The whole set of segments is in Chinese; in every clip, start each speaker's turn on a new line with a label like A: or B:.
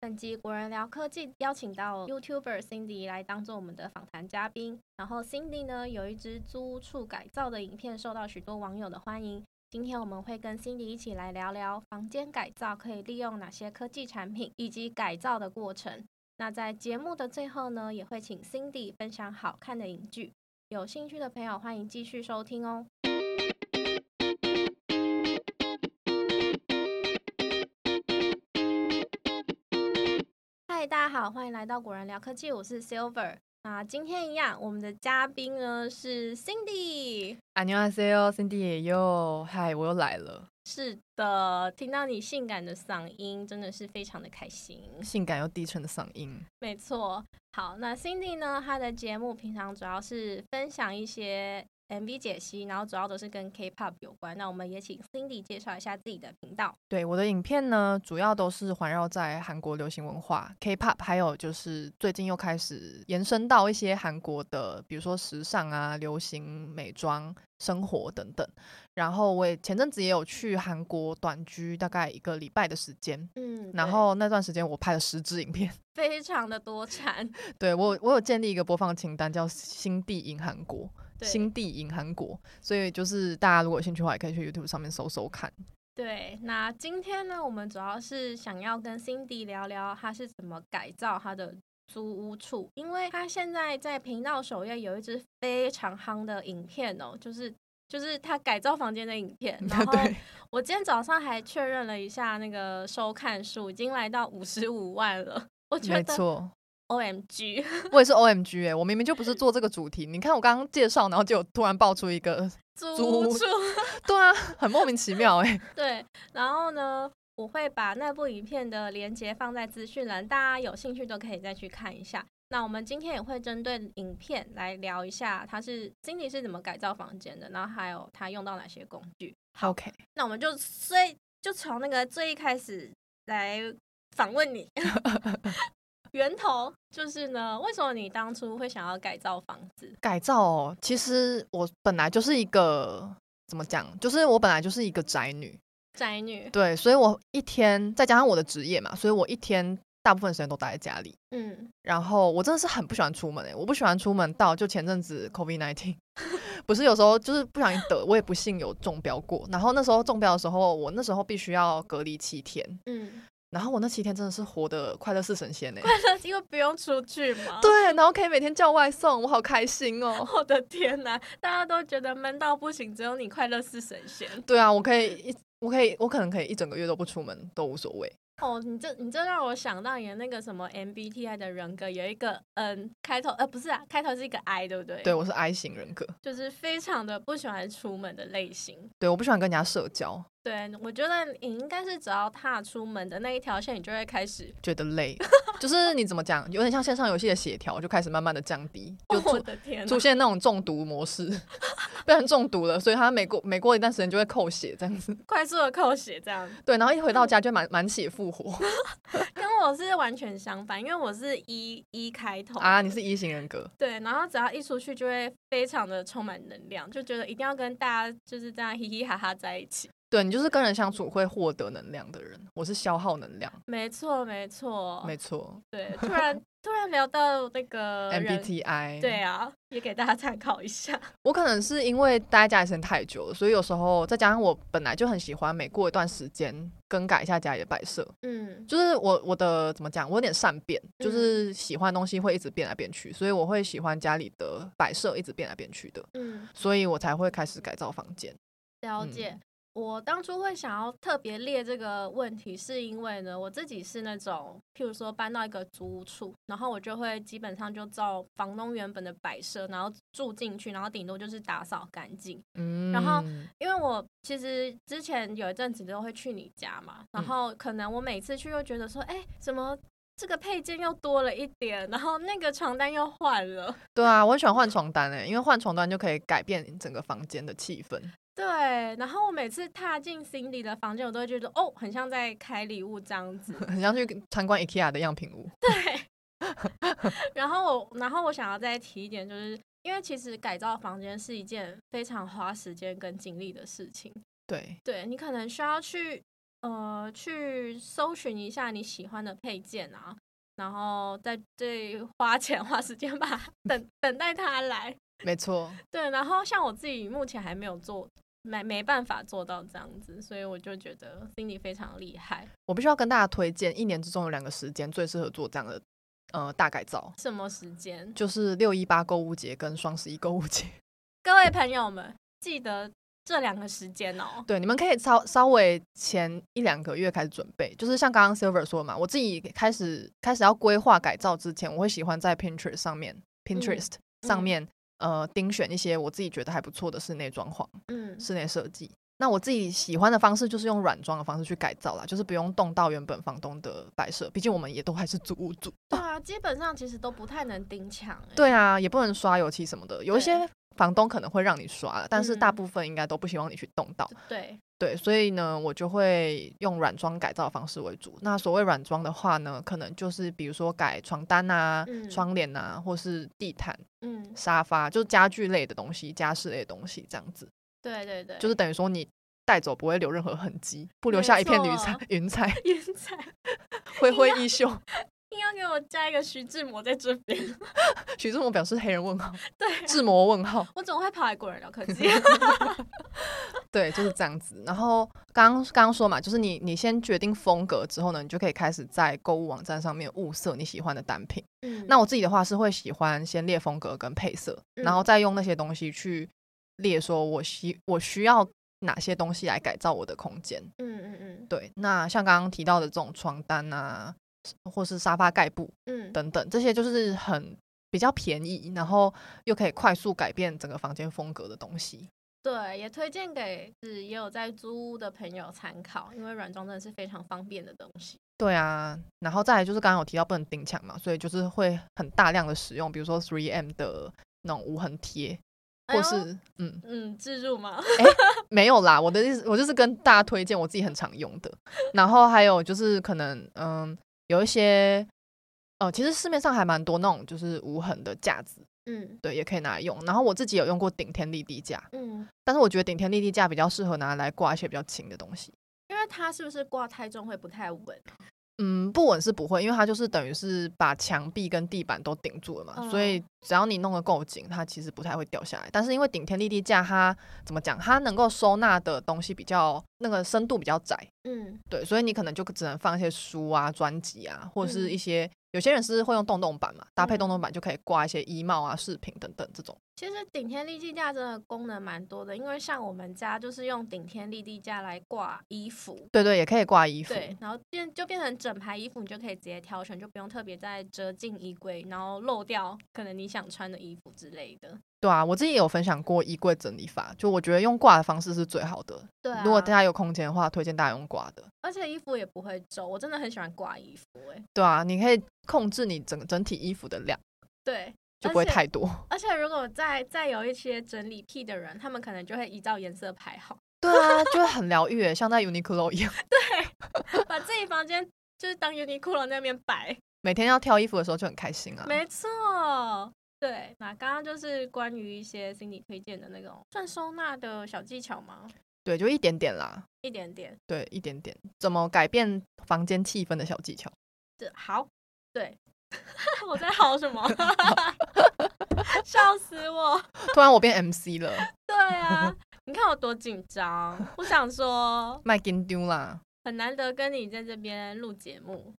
A: 本集《国人聊科技》邀请到 YouTuber Cindy 来当做我们的访谈嘉宾。然后 Cindy 呢，有一支租处改造的影片受到许多网友的欢迎。今天我们会跟 Cindy 一起来聊聊房间改造可以利用哪些科技产品，以及改造的过程。那在节目的最后呢，也会请 Cindy 分享好看的影剧。有兴趣的朋友，欢迎继续收听哦。嗨，大家好，欢迎来到果然聊科技，我是 Silver。那今天一样，我们的嘉宾呢是 Cindy。
B: 안녕하세요，Cindy 也又嗨，我又来了，
A: 是的，听到你性感的嗓音，真的是非常的开心。
B: 性感又低沉的嗓音。
A: 没错，好，那 Cindy 呢，她的节目平常主要是分享一些 MV 解析，然后主要都是跟 K-pop 有关。那我们也请 Cindy 介绍一下自己的频道。
B: 对我的影片呢，主要都是环绕在韩国流行文化、K-pop，还有就是最近又开始延伸到一些韩国的，比如说时尚啊、流行美妆、生活等等。然后我也前阵子也有去韩国短居，大概一个礼拜的时间。
A: 嗯，
B: 然后那段时间我拍了十支影片，
A: 对非常的多产，
B: 对我 有我有建立一个播放清单，叫《新地银韩国》。
A: 对
B: 新地银韩国，所以就是大家如果有兴趣的话，也可以去 YouTube 上面搜搜看。
A: 对，那今天呢，我们主要是想要跟 Cindy 聊聊她是怎么改造她的租屋处，因为她现在在频道首页有一支非常夯的影片哦，就是就是她改造房间的影 片，然后
B: 对，
A: 我今天早上还确认了一下那个收看数，已经来到五十五万了，我觉
B: 没
A: 得
B: 错，
A: O M G，
B: 我也是 O M G 哎、我明明就不是做这个主题，你看我刚刚介绍，然后就突然爆出一个，
A: 租
B: 租
A: 屋
B: 屋
A: 处
B: 对啊，很莫名其妙哎、
A: 对，然后呢，我会把那部影片的连接放在资讯栏，大家有兴趣都可以再去看一下。那我们今天也会针对影片来聊一下，它是 Cindy 是怎么改造房间的，然后还有它用到哪些工具。
B: OK，
A: 那我们就最就从那个最一开始来访问你，源头就是呢，为什么你当初会想要改造房子？
B: 改造哦，其实我本来就是一个怎么讲，就是我本来就是一个宅女，
A: 宅女，
B: 对，所以我一天再加上我的职业嘛，所以我一天大部分时间都待在家里。
A: 嗯，
B: 然后我真的是很不喜欢出门诶、欸我不喜欢出门到就前阵子 COVID nineteen，不 是有时候就是不小心得，我也不幸有中标过。然后那时候中标的时候，我那时候必须要隔离七天，
A: 嗯，
B: 然后我那七天真的是活得快乐似神仙诶、
A: 因为不用出去嘛。
B: 对，然后可以每天叫外送，我好开心哦。
A: 我的天呐，大家都觉得闷到不行，只有你快乐似神仙。
B: 对啊，我可以一，我可以，我可能可以一整个月都不出门都无所谓。
A: 哦，你这你这让我想到你的那个什么 MBTI 的人格，有一个嗯开头，呃不是啊，开头是一个 I 对不对？
B: 对，我是 I 型人格，
A: 就是非常的不喜欢出门的类型。
B: 对，我不喜欢跟人家社交，
A: 对，我觉得你应该是只要踏出门的那一条线，你就会开始。
B: 觉得 累，就是你怎么讲，有点像线上游戏的协调，就开始慢慢的降低，就
A: 哦
B: 出
A: 我的天呐
B: 出！现那种中毒模式， 被人中毒了，所以他每过每过一段时间就会扣血这样子。
A: 快速的扣血这样，
B: 对，然后一回到家就满满血复活
A: 跟我是完全相反，因为我是一一开头
B: 啊！你是一型人格，
A: 对，然后只要一出去就会非常的充满能量，就觉得一定要跟大家就是这样嘻嘻哈哈在一起。
B: 对你就是跟人相处会获得能量的人，我是消耗能量，
A: 没错，没错，
B: 没错
A: 对。突然突然聊到那个呃人
B: ，MBTI。
A: 对，啊，也给大家参考一下。
B: 我可能是因为待在家里时间太久了，所以有时候再加上我本来就很喜欢每过一段时间更改一下家里的摆设，
A: 嗯，
B: 就是我我的怎么讲，我有点善变，就是喜欢东西会一直变来变去，所以我会喜欢家里的摆设一直变来变去的。
A: 嗯，
B: 所以我才会开始改造房间。
A: 了
B: 嗯
A: 解。我当初会想要特别列这个问题，是因为呢，我自己是那种，譬如说搬到一个租屋处，然后我就会基本上就照房东原本的摆设，然后住进去，然后顶多就是打扫干净。
B: 嗯
A: 然后因为我其实之前有一阵子都会去你家嘛，然
B: 嗯
A: 后可能我每次去又觉得说，哎、怎么这个配件又多了一点，然后那个床单又换了，
B: 对啊，我很喜欢换床单诶、因为换床单就可以改变整个房间的气氛。
A: 对，然后我每次踏进 Cindy 的房间，我都会觉得哦，很像在开礼物这样子。
B: 很像去参观 IKEA 的样品屋。
A: 然后我，然后我想要再提一点，就是因为其实改造房间是一件非常花时间跟精力的事情。
B: 对，
A: 对你可能需要去呃去搜寻一下你喜欢的配件啊，然后再最花钱花时间吧，等等待它来。
B: 没错，
A: 对，然后像我自己目前还没有做，没没办法做到这样子，所以我就觉得 Cindy 非常厉害。
B: 我必须要跟大家推荐，一年之中有两个时间最适合做这样的呃大改造，
A: 什么时间？
B: 就是六一八购物节跟双十一购物节。
A: 各位朋友们，记得这两个时间哦。
B: 对，你们可以稍稍微前一两个月开始准备，就是像刚刚 Silver 说的嘛，我自己开始开始要规划改造之前，我会喜欢在 Pinterest 上
A: 嗯
B: 面，Pinterest 上面、呃盯选一些我自己觉得还不错的室内装潢、
A: 嗯
B: 室内设计。那我自己喜欢的方式就是用软装的方式去改造啦，就是不用动到原本房东的摆设，毕竟我们也都还是 租屋主。
A: 对啊，基本上其实都不太能顶墙、欸。
B: 对啊，也不能刷油漆什么的，有一些
A: 对
B: 房东可能会让你刷，但是大
A: 嗯
B: 部分应该都不希望你去动到。
A: 对，
B: 对，所以呢，我就会用软装改造方式为主。那所谓软装的话呢，可能就是比如说改床单啊、
A: 嗯
B: 窗帘啊，或是地毯、
A: 嗯，
B: 沙发，就是家具类的东西、家饰类的东西，这样子，
A: 对对对，
B: 就是是等于说你带走不会留任何痕迹，不留
A: 没
B: 下一片
A: 错
B: 云彩，云彩
A: 天才
B: 挥挥衣袖。
A: 硬要给我加一个徐志摩在这边，
B: 许志摩表示黑人问号，
A: 对啊
B: 志摩问号。
A: 我怎么会跑来国人聊科技？
B: 对，就是这样子。然后刚刚刚说嘛，就是你你先决定风格之后呢，你就可以开始在购物网站上面物色你喜欢的单品。
A: 嗯
B: 那我自己的话是会喜欢先列风格跟配色，
A: 嗯
B: 然后再用那些东西去列说我需我需要哪些东西来改造我的空间。
A: 嗯嗯
B: 对，那像刚刚提到的这种床单啊，或是沙发盖布
A: 嗯嗯，
B: 等等，这些就是很比较便宜，然后又可以快速改变整个房间风格的东西。
A: 对，也推荐给是也有在租屋的朋友参考，因为软装真的是非常方便的东西。
B: 对啊，然后再来就是刚刚有提到不能钉墙嘛，所以就是会很大量的使用，比如说 3M 的那种无痕贴，
A: 哎
B: 或
A: 呦
B: 是、嗯
A: 嗯，自入吗？
B: 没有啦，我的意思，我就是跟大家推荐我自己很常用的。然后还有就是可能嗯，有一些呃，其实市面上还蛮多那种就是无痕的架子，
A: 嗯
B: 对，也可以拿来用。然后我自己有用过顶天立地架，
A: 嗯，
B: 但是我觉得顶天立地架比较适合拿来挂一些比较轻的东西。
A: 因为它是不是挂太重会不太稳？
B: 嗯，不稳是不会，因为它就是等于是把墙壁跟地板都顶住了嘛，
A: 嗯
B: 所以只要你弄得够紧，它其实不太会掉下来。但是因为顶天立地架它怎么讲，它能够收纳的东西比较那个深度比较窄，
A: 嗯
B: 对，所以你可能就只能放一些书啊、专辑啊，或者是
A: 嗯
B: 一些、有些人是会用洞洞板嘛，搭配
A: 嗯
B: 洞洞板就可以挂一些衣帽啊、饰品等等这种。
A: 其实顶天立地架真的功能蛮多的，因为像我们家就是用顶天立地架来挂衣服，
B: 对对，也可以挂衣服。
A: 对，然后变就变成整排衣服，你就可以直接挑选，就不用特别再折进衣柜，然后漏掉可能你想穿的衣服之类的。
B: 对啊，我自己也有分享过衣柜整理法，就我觉得用挂的方式是最好的。
A: 对、啊，
B: 如果大家有空间的话，推荐大家用挂的。
A: 而且衣服也不会皱，我真的很喜欢挂衣服、欸，哎，
B: 对啊，你可以控制你整整体衣服的量，
A: 对。
B: 就不会
A: 而且
B: 太多。
A: 而且如果再再有一些整理癖的人，他们可能就会依照颜色排好，
B: 对啊，就会很疗愈耶，像在 Uniqlo 一样，
A: 把自己房间就是当 Uniqlo 那边摆。
B: 每天要挑衣服的时候就很开心啊。
A: 没错，对。那刚刚就是关于一些 Cindy 推荐的那种算收纳的小技巧吗？
B: 对，就一点点啦，
A: 一点点，
B: 对，一点点。怎么改变房间气氛的小技巧？
A: 这好，对。 我在好什么？, 笑死我！
B: 突然我变 MC 了，
A: 对啊，你看我多紧张。我想说，
B: 麦金丢啦。
A: 很难得跟你在这边录节目。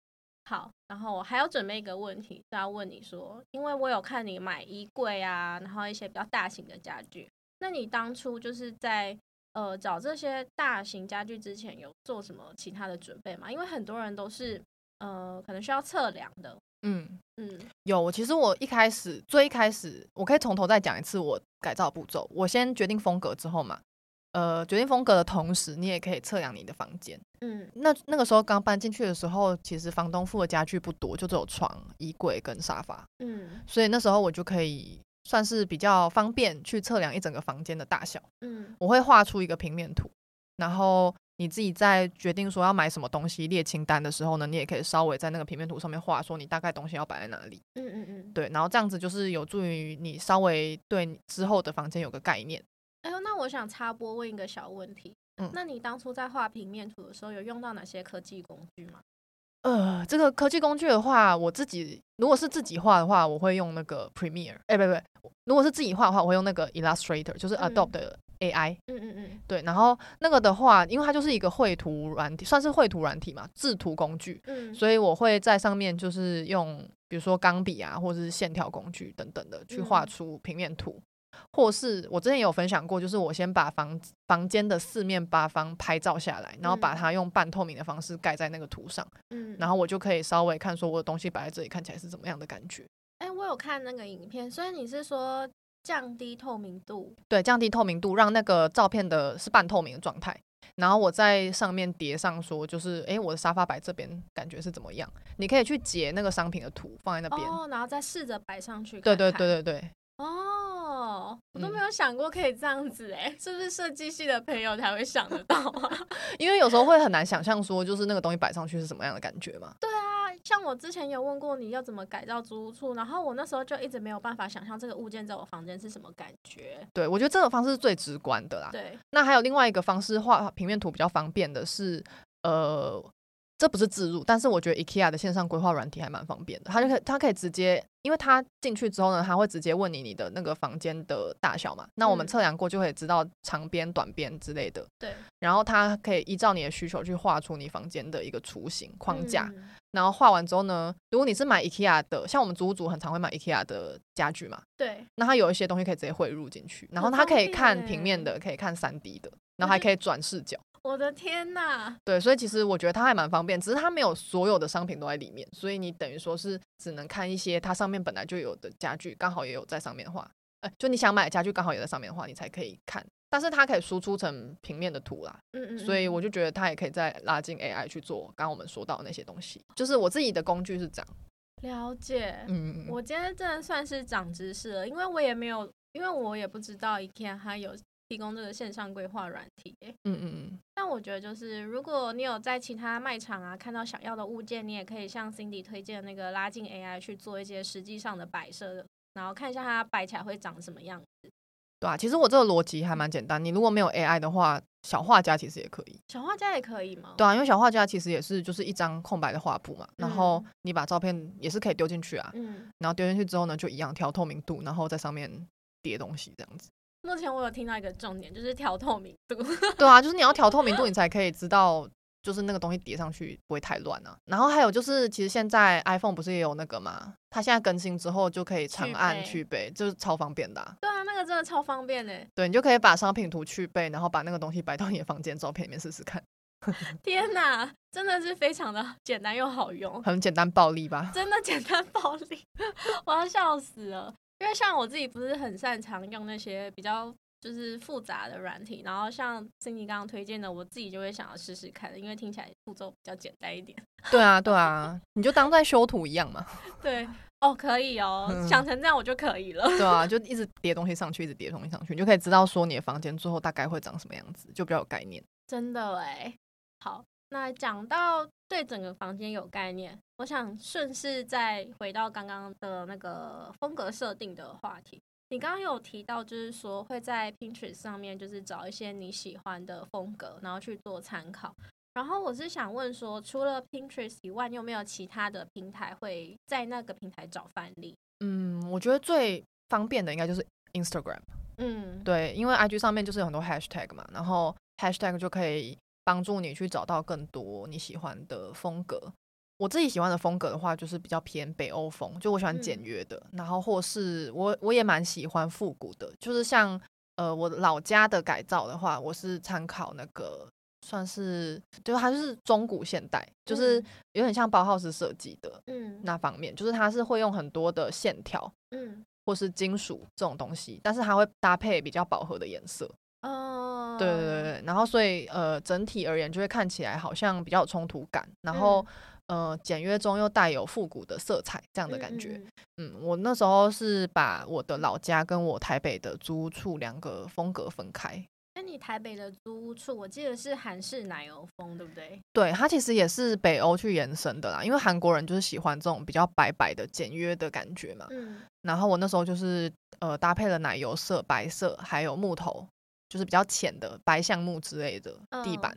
A: 好，然后我还要准备一个问题，是要问你说，因为我有看你买衣柜啊，然后一些比较大型的家具，那你当初就是在呃找这些大型家具之前，有做什么其他的准备吗？因为很多人都是呃可能需要测量的，
B: 嗯，
A: 嗯
B: 有。我其实我一开始最一开始，我可以从头再讲一次我改造步骤。我先决定风格之后嘛，呃，决定风格的同时，你也可以测量你的房间。
A: 嗯
B: 那那个时候刚搬进去的时候，其实房东付的家具不多，就只有床、衣柜跟沙发，
A: 嗯
B: 所以那时候我就可以算是比较方便去测量一整个房间的大小。
A: 嗯
B: 我会画出一个平面图，然后你自己在决定说要买什么东西、列清单的时候呢，你也可以稍微在那个平面图上面画说你大概东西要摆在哪里。
A: 嗯嗯嗯。
B: 对，然后这样子就是有助于你稍微对你之后的房间有个概念。
A: 哎呦，那我想插播问一个小问题，
B: 嗯
A: 那你当初在画平面图的时候，有用到哪些科技工具吗？
B: 呃，这个科技工具的话，我自己如果是自己画的话，我会用那个 Premiere，哎、不不，如果是自己画的话，我会用那个 Illustrator，就是
A: 嗯
B: Adobe 的 AI、
A: 嗯嗯嗯，
B: 对，然后那个的话，因为它就是一个绘图软体，算是绘图软体嘛，制图工具，
A: 嗯，
B: 所以我会在上面就是用，比如说钢笔啊，或者是线条工具等等的，去画
A: 嗯
B: 出平面图，或是我之前也有分享过，就是我先把房子房间的四面八方拍照下来，然后把
A: 嗯
B: 它用半透明的方式盖在那个图上，
A: 嗯，
B: 然后我就可以稍微看说我的东西摆在这里看起来是怎么样的感觉。
A: 哎、我有看那个影片，所以你是说降低透明度？
B: 对，降低透明度，让那个照片的是半透明的状态。然后我在上面叠上说，就是诶，我的沙发摆这边感觉是怎么样？你可以去截那个商品的图放在那边。
A: 哦，然后再试着摆上去
B: 对
A: 看看。
B: 对对对对，
A: 哦，我都
B: 嗯
A: 没有想过可以这样子哎、是不是设计系的朋友才会想得到啊？
B: 因为有时候会很难想象说，就是那个东西摆上去是什么样的感觉嘛。
A: 对啊，像我之前有问过你要怎么改造租屋处，然后我那时候就一直没有办法想象这个物件在我房间是什么感觉。
B: 对，我觉得这种方式是最直观的啦。
A: 对，
B: 那还有另外一个方式画平面图比较方便的是，呃，这不是自入，但是我觉得 IKEA 的线上规划软体还蛮方便的，它就可以它可以直接，因为它进去之后呢，它会直接问你你的那个房间的大小嘛，那我们
A: 嗯
B: 测量过就可以知道长边、短边之类的，
A: 对，
B: 然后它可以依照你的需求去画出你房间的一个雏形框架，
A: 嗯
B: 然后画完之后呢，如果你是买 IKEA 的，像我们组组很常会买 IKEA 的家具嘛，
A: 对，
B: 那它有一些东西可以直接汇入进去，然后
A: 很
B: 它可
A: 方
B: 以
A: 便
B: 看
A: 欸
B: 平面的，可以看三 D 的，
A: 那
B: 然后还
A: 就
B: 可以转视角。
A: 我的天呐！
B: 对，所以其实我觉得它还蛮方便，只是它没有所有的商品都在里面，所以你等于说是只能看一些它上面本来就有的家具，刚好也有在上面画，呃，就你想买的家具刚好也在上面画，你才可以看。但是它可以输出成平面的图啦，
A: 嗯嗯嗯，
B: 所以我就觉得它也可以再拉进 AI 去做刚刚我们说到的那些东西。就是我自己的工具是这样，
A: 了解。
B: 嗯，嗯嗯
A: 我今天真的算是长知识了，因为我也没有，因为我也不知道 IKEA 它有提供这个线上规划软体耶、
B: 嗯嗯嗯。
A: 但我觉得就是，如果你有在其他卖场啊看到想要的物件，你也可以像 Cindy 推荐的那个拉近 AI 去做一些实际上的摆设，然后看一下它摆起来会长什么样。
B: 对啊，其实我这个逻辑还蛮简单。你如果没有 AI 的话，小画家其实也可以。
A: 小画家也可以吗？
B: 对啊，因为小画家其实也是就是一张空白的画布嘛，然后你把照片也是可以丢进去啊，
A: 嗯，
B: 然后丢进去之后呢，就一样调透明度，然后在上面叠东西这样 子。
A: 目前我有听到一个重点，就是调透明度。
B: 对啊，就是你要调透明度，你才可以知道就是那个东西叠上去不会太乱啊。然后还有就是，其实现在 iPhone 不是也有那个嘛，它现在更新之后就可以长
A: 去
B: 按
A: 背
B: 去背，就是超方便的啊、
A: 对啊，那个真的超方便呢！
B: 对你就可以把商品图去背，然后把那个东西摆到你的房间照片里面试试看，
A: 天哪，真的是非常的简单又好用。
B: 很简单暴力吧？
A: 真的简单暴力，我要笑死了。因为像我自己不是很擅长用那些比较就是复杂的软体，然后像 Cindy 刚刚推荐的，我自己就会想要试试看，因为听起来步骤比较简单一点。
B: 对啊，对啊，你就当在修图一样嘛。
A: 对，哦，可以哦，
B: 嗯
A: 想成这样我就可以了。
B: 对啊，就一直叠东西上去，一直叠东西上去，你就可以知道说你的房间最后大概会长什么样子，就比较有概念。
A: 真的哎，好，那讲到对整个房间有概念，我想顺势再回到刚刚的那个风格设定的话题。你刚刚有提到，就是说会在 Pinterest 上面，就是找一些你喜欢的风格，然后去做参考。然后我是想问说，除了 Pinterest 以外，你有没有其他的平台会在那个平台找范例？
B: 嗯，我觉得最方便的应该就是 Instagram，
A: 嗯，
B: 对，因为 IG 上面就是有很多 hashtag 嘛，然后 hashtag 就可以帮助你去找到更多你喜欢的风格。我自己喜欢的风格的话，就是比较偏北欧风，就我喜欢简
A: 嗯
B: 约的，然后或是我我也蛮喜欢复古的，就是像呃我老家的改造的话，我是参考那个算是就是它就是中古现代，就是
A: 嗯
B: 有点像包浩斯设计的
A: 嗯
B: 那方面，就是它是会用很多的线条
A: 嗯
B: 或是金属这种东西，但是它会搭配比较饱和的颜色。
A: 哦，
B: 对对对，对，然后所以呃，整体而言就会看起来好像比较有冲突感，然后、
A: 嗯
B: 呃，简约中又带有复古的色彩这样的感觉。
A: 嗯
B: 嗯我那时候是把我的老家跟我台北的租屋处两个风格分开。
A: 那你台北的租屋处，我记得是韩式奶油风，对不对？
B: 对，它其实也是北欧去延伸的啦，因为韩国人就是喜欢这种比较白白的、简约的感觉嘛。
A: 嗯，
B: 然后我那时候就是呃搭配了奶油色、白色，还有木头，就是比较浅的白橡木之类的地板。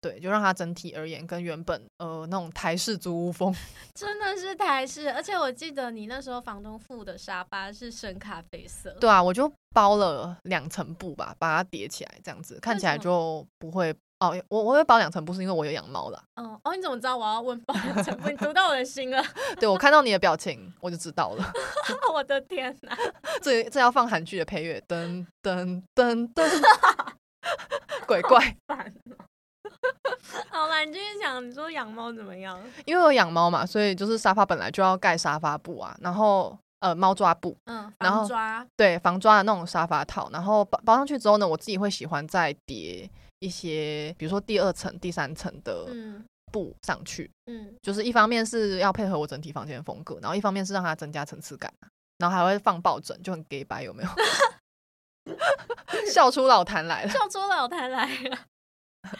B: 对，就让它整体而言跟原本呃那种台式租屋风，
A: 真的是台式，而且我记得你那时候房东付的沙发是深咖啡色，
B: 对啊，我就包了两层布吧，把它叠起来，这样子看起来就不会哦。我我会包两层布是因为我有养猫啦。
A: 哦哦，你怎么知道我要问 包养成分？你读到我的心了， 哦
B: 对我看到你的表情，我就知道了。
A: 我的天哪！
B: 这这要放韩剧的配乐，噔噔噔噔， 鬼怪。
A: 烦哦好啦，你继续讲，你说养猫怎么样？
B: 因为我养猫嘛，所以就是沙发本来就要盖沙发布啊，然后呃猫抓布，
A: 嗯，
B: 然
A: 防
B: 后
A: 抓，
B: 对防抓的那种沙发套，然后包包上去之后呢，我自己会喜欢再叠一些，比如说第二层、第三层的
A: 嗯
B: 布上去，
A: 嗯，
B: 就是一方面是要配合我整体房间的风格，然后一方面是让它增加层次感啊、然后还会放抱枕，就很 gay 白，有没有？ 笑出老痰来了，
A: 笑出老痰来了。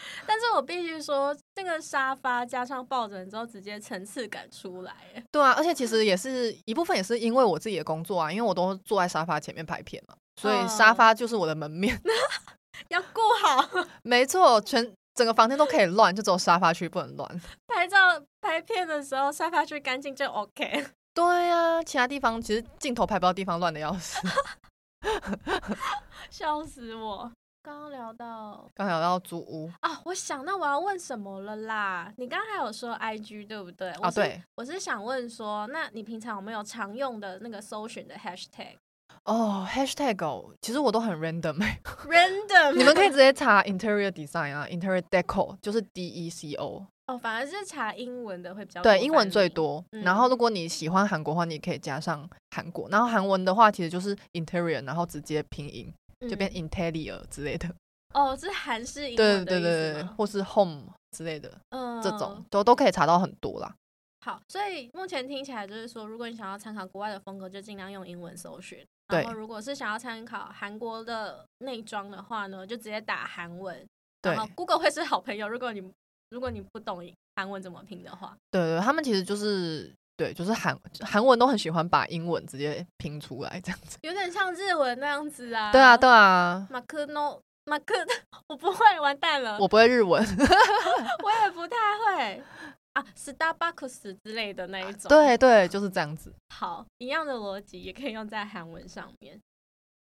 A: 但是我必须说，这个沙发加上抱枕之后，直接层次感出来。哎
B: 对啊，而且其实也是一部分，也是因为我自己的工作啊，因为我都坐在沙发前面拍片嘛，所以沙发就是我的门面。
A: 要顾好
B: 没错，全整个房间都可以乱，就只有沙发区不能乱。
A: 拍照拍片的时候，沙发去干净就 OK。
B: 对啊，其他地方其实镜头拍不到地方乱的要死。
A: 笑死我！刚刚聊到
B: 刚才有到租屋
A: 啊，我想到我要问什么了啦。你刚刚还有说 IG 对不对？
B: 啊，
A: 我是，
B: 对
A: 我是想问说，那你平常有没有常用的那个搜寻的 hashtag
B: 哦，#hashtag 哦其实我都很 random，、欸
A: random？
B: 你们可以直接查 interior design 啊，interior deco 就是 D E C O，
A: 哦，反而是查英文的会比较
B: 对，
A: 多
B: 英文
A: 翻
B: 最
A: 译。
B: 多。
A: 嗯
B: 然后如果你喜欢韩国的话，你也可以加上韩国。然后韩文的话，其实就是 interior，然后直接拼音就变
A: 嗯
B: interior 之类的。
A: 哦，是韩式英
B: 对
A: 文
B: 对对
A: 的意
B: 对对
A: 思，吗
B: 或是 home 之类的，
A: 嗯，
B: 这种都都可以查到很多啦。
A: 好，所以目前听起来就是说，如果你想要参考国外的风格，就尽量用英文搜寻。
B: 对
A: 然后，如果是想要参考韩国的内装的话呢，就直接打韩文。
B: 对
A: 然后 Google 会是好朋友。如果你如果你不懂韩文怎么拼的话，
B: 对对，他们其实就是对，就是韩韩文都很喜欢把英文直接拼出来这样子。
A: 有点像日文那样子啊。
B: 对啊，对啊，
A: 马克诺马克， 我不会，完蛋了，
B: 我不会日文，
A: 我也不太会啊，Starbucks 之类的那一种。嗯
B: 对对，就是这样子。
A: 好，一样的逻辑也可以用在韩文上面。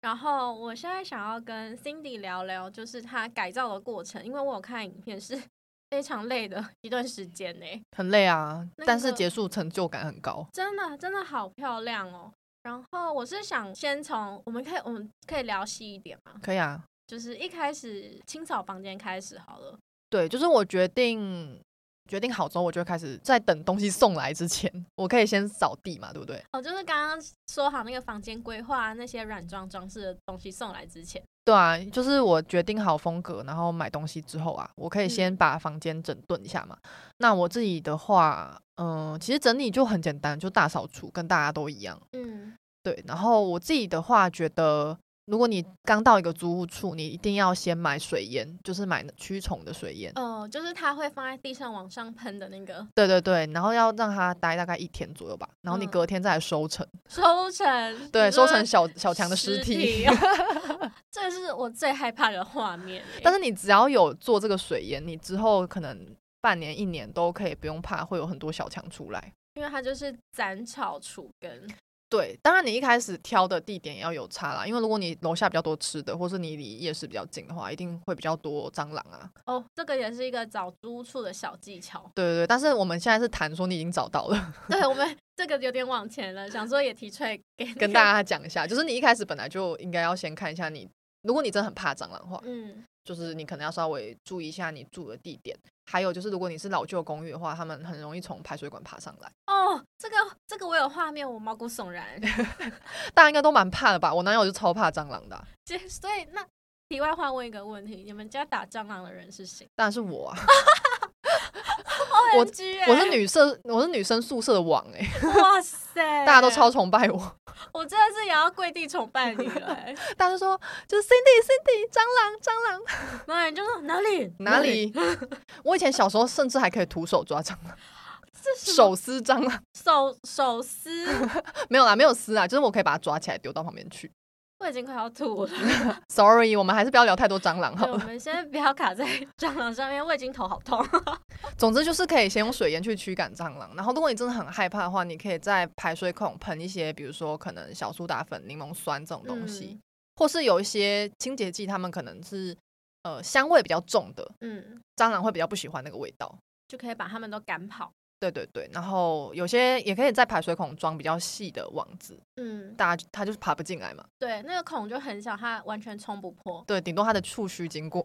A: 然后我现在想要跟 Cindy 聊聊，就是她改造的过程，因为我有看影片是 非常累的一段时间呢、
B: 很累啊，
A: 那
B: 但是
A: 个
B: 结束成就感很高。
A: 真的真的好漂亮哦。然后我是想先从我们可以我们可以聊细一点嘛，
B: 可以啊，
A: 就是一开始清扫房间开始好了。
B: 对，就是我决定决定好之后，我就开始在等东西送来之前，我可以先扫地嘛，对不对？
A: 哦，就是刚刚说好那个房间规划那些软装装饰的东西送来之前，
B: 对啊，就是我决定好风格，然后买东西之后啊，我可以
A: 嗯
B: 先把房间整顿一下嘛。那我自己的话，嗯、其实整理就很简单，就大扫除，跟大家都一样。
A: 嗯
B: 对，然后我自己的话，觉得如果你刚到一个租屋处，你一定要先买水烟，就是买驱虫的水烟。
A: 哦，就是它会放在地上往上喷的那个
B: 对对对，然后要让它待大概一天左右吧，然后你
A: 嗯
B: 隔天再来收成，
A: 收成，
B: 对，
A: 你说
B: 收成小小强的尸
A: 尸哦
B: 体。
A: 这是我最害怕的画面欸。
B: 但
A: 是
B: 是你只要有做这个水淹，你之后可能半年一年都可以不用怕会有很多小强出来。
A: 因为它就是斩草除根，
B: 对，当然你一开始挑的地点也要有差啦，因为如果你楼下比较多吃的，或是你离夜市比较近的话，一定会比较多蟑螂啊。。
A: 哦，这个也是一个找租处的小技巧
B: 对对对，但是我们现在是谈说你已经找到了，
A: 对我们这个有点往前了，想说也提出来给那
B: 跟
A: 个
B: 大，家讲一下，就是你一开始本来就应该要先看一下你，如果你真的很怕蟑螂的话，
A: 嗯
B: 就是你可能要稍微注意一下你住的地点，还有就是如果你是老旧公寓的话，他们很容易从排水管爬上来。
A: 哦，这个这个我有画面，我毛骨悚然。
B: 大家应该都蛮怕的吧？我男友就超怕蟑螂的啊、
A: 这所以那题外话问一个问题，你们家打蟑螂的人是谁
B: 当然是我啊，我
A: ？OMG，欸
B: 我是女生，我是女生宿舍的王哎、
A: 哇塞，
B: 大家都，超崇拜我，
A: 我真的是也要跪地崇拜你了 欸。
B: 大家都说就是 Cindy Cindy 蟑螂蟑螂
A: 那你就说哪里
B: 哪？里？ 我以前小时候甚至还可以徒手抓蟑螂，
A: 这是什么
B: 手撕蟑螂
A: 手手撕。
B: 没有啦，没有撕啊，就是我可以把它抓起来丢到旁边去。
A: 我已经快要吐了。
B: Sorry，我们还是不要聊太多蟑螂好
A: 对我
B: 了。
A: 们先不要 卡在蟑螂上面，我已经头好痛。
B: 总之就是可以先用水淹去驱赶蟑螂，然后如果你真的很害怕的话，你可以在排水孔喷一些，比如说可能小苏打粉、柠檬酸这种东西，或是有一些清洁剂，他们可能是呃香味比较重的，
A: 嗯， 嗯，
B: 蟑螂会比较不喜欢那个味道。
A: 就可以把它们都赶跑。
B: 对对对，然后有些也可以在排水孔装比较细的网子，
A: 嗯，
B: 大家它就是爬不进来嘛。
A: 对，那个孔就很小，它完全冲不破。
B: 对，顶多它的触须经过。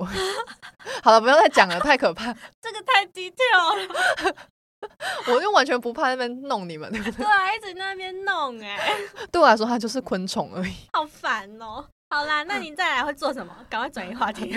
B: 好了，不要再讲了，太可怕，
A: 这个太低调了，
B: 我就完全不怕那边弄你们。
A: 对啊，一直那边弄、哎，
B: 对我来说，它就是昆虫而已。
A: 好烦哦。好啦，那你再来会做什么？赶快转移话题。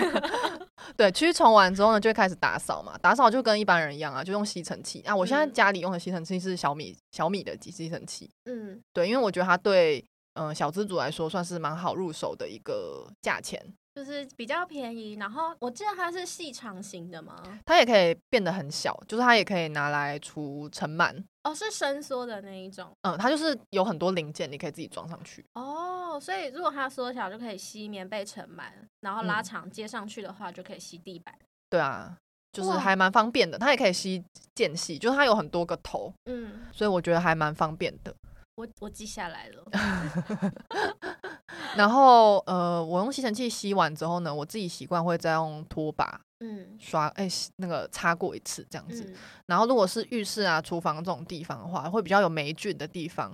B: 对，驱虫完之后呢，就会开始打扫嘛。打扫就跟一般人一样啊，就用吸尘器啊。我现在
A: 嗯
B: 家里用的吸尘器是小米小米的吸尘器，
A: 嗯，
B: 对，因为我觉得它对嗯、呃小资族来说算是蛮好入手的一个价钱。
A: 就是比较便宜，然后我记得它是细长型的吗？
B: 它也可以变得很小，就是它也可以拿来除尘螨。
A: 哦，是伸缩的那一种
B: 嗯，它就是有很多零件，你可以自己装上去。
A: 哦，所以如果它缩小就可以吸棉被尘螨，然后拉
B: 嗯
A: 长接上去的话就可以吸地板。
B: 对啊，就是
A: 哇
B: 还蛮方便的。它也可以吸间隙，就是它有很多个头，
A: 嗯，
B: 所以我觉得还蛮方便的。
A: 我我记下来了。
B: 然后呃，我用吸尘器吸完之后呢，我自己习惯会再用拖把
A: 嗯
B: 刷，哎、吸那个擦过一次这样子。
A: 嗯
B: 然后如果是浴室啊、厨房这种地方的话，会比较有霉菌的地方。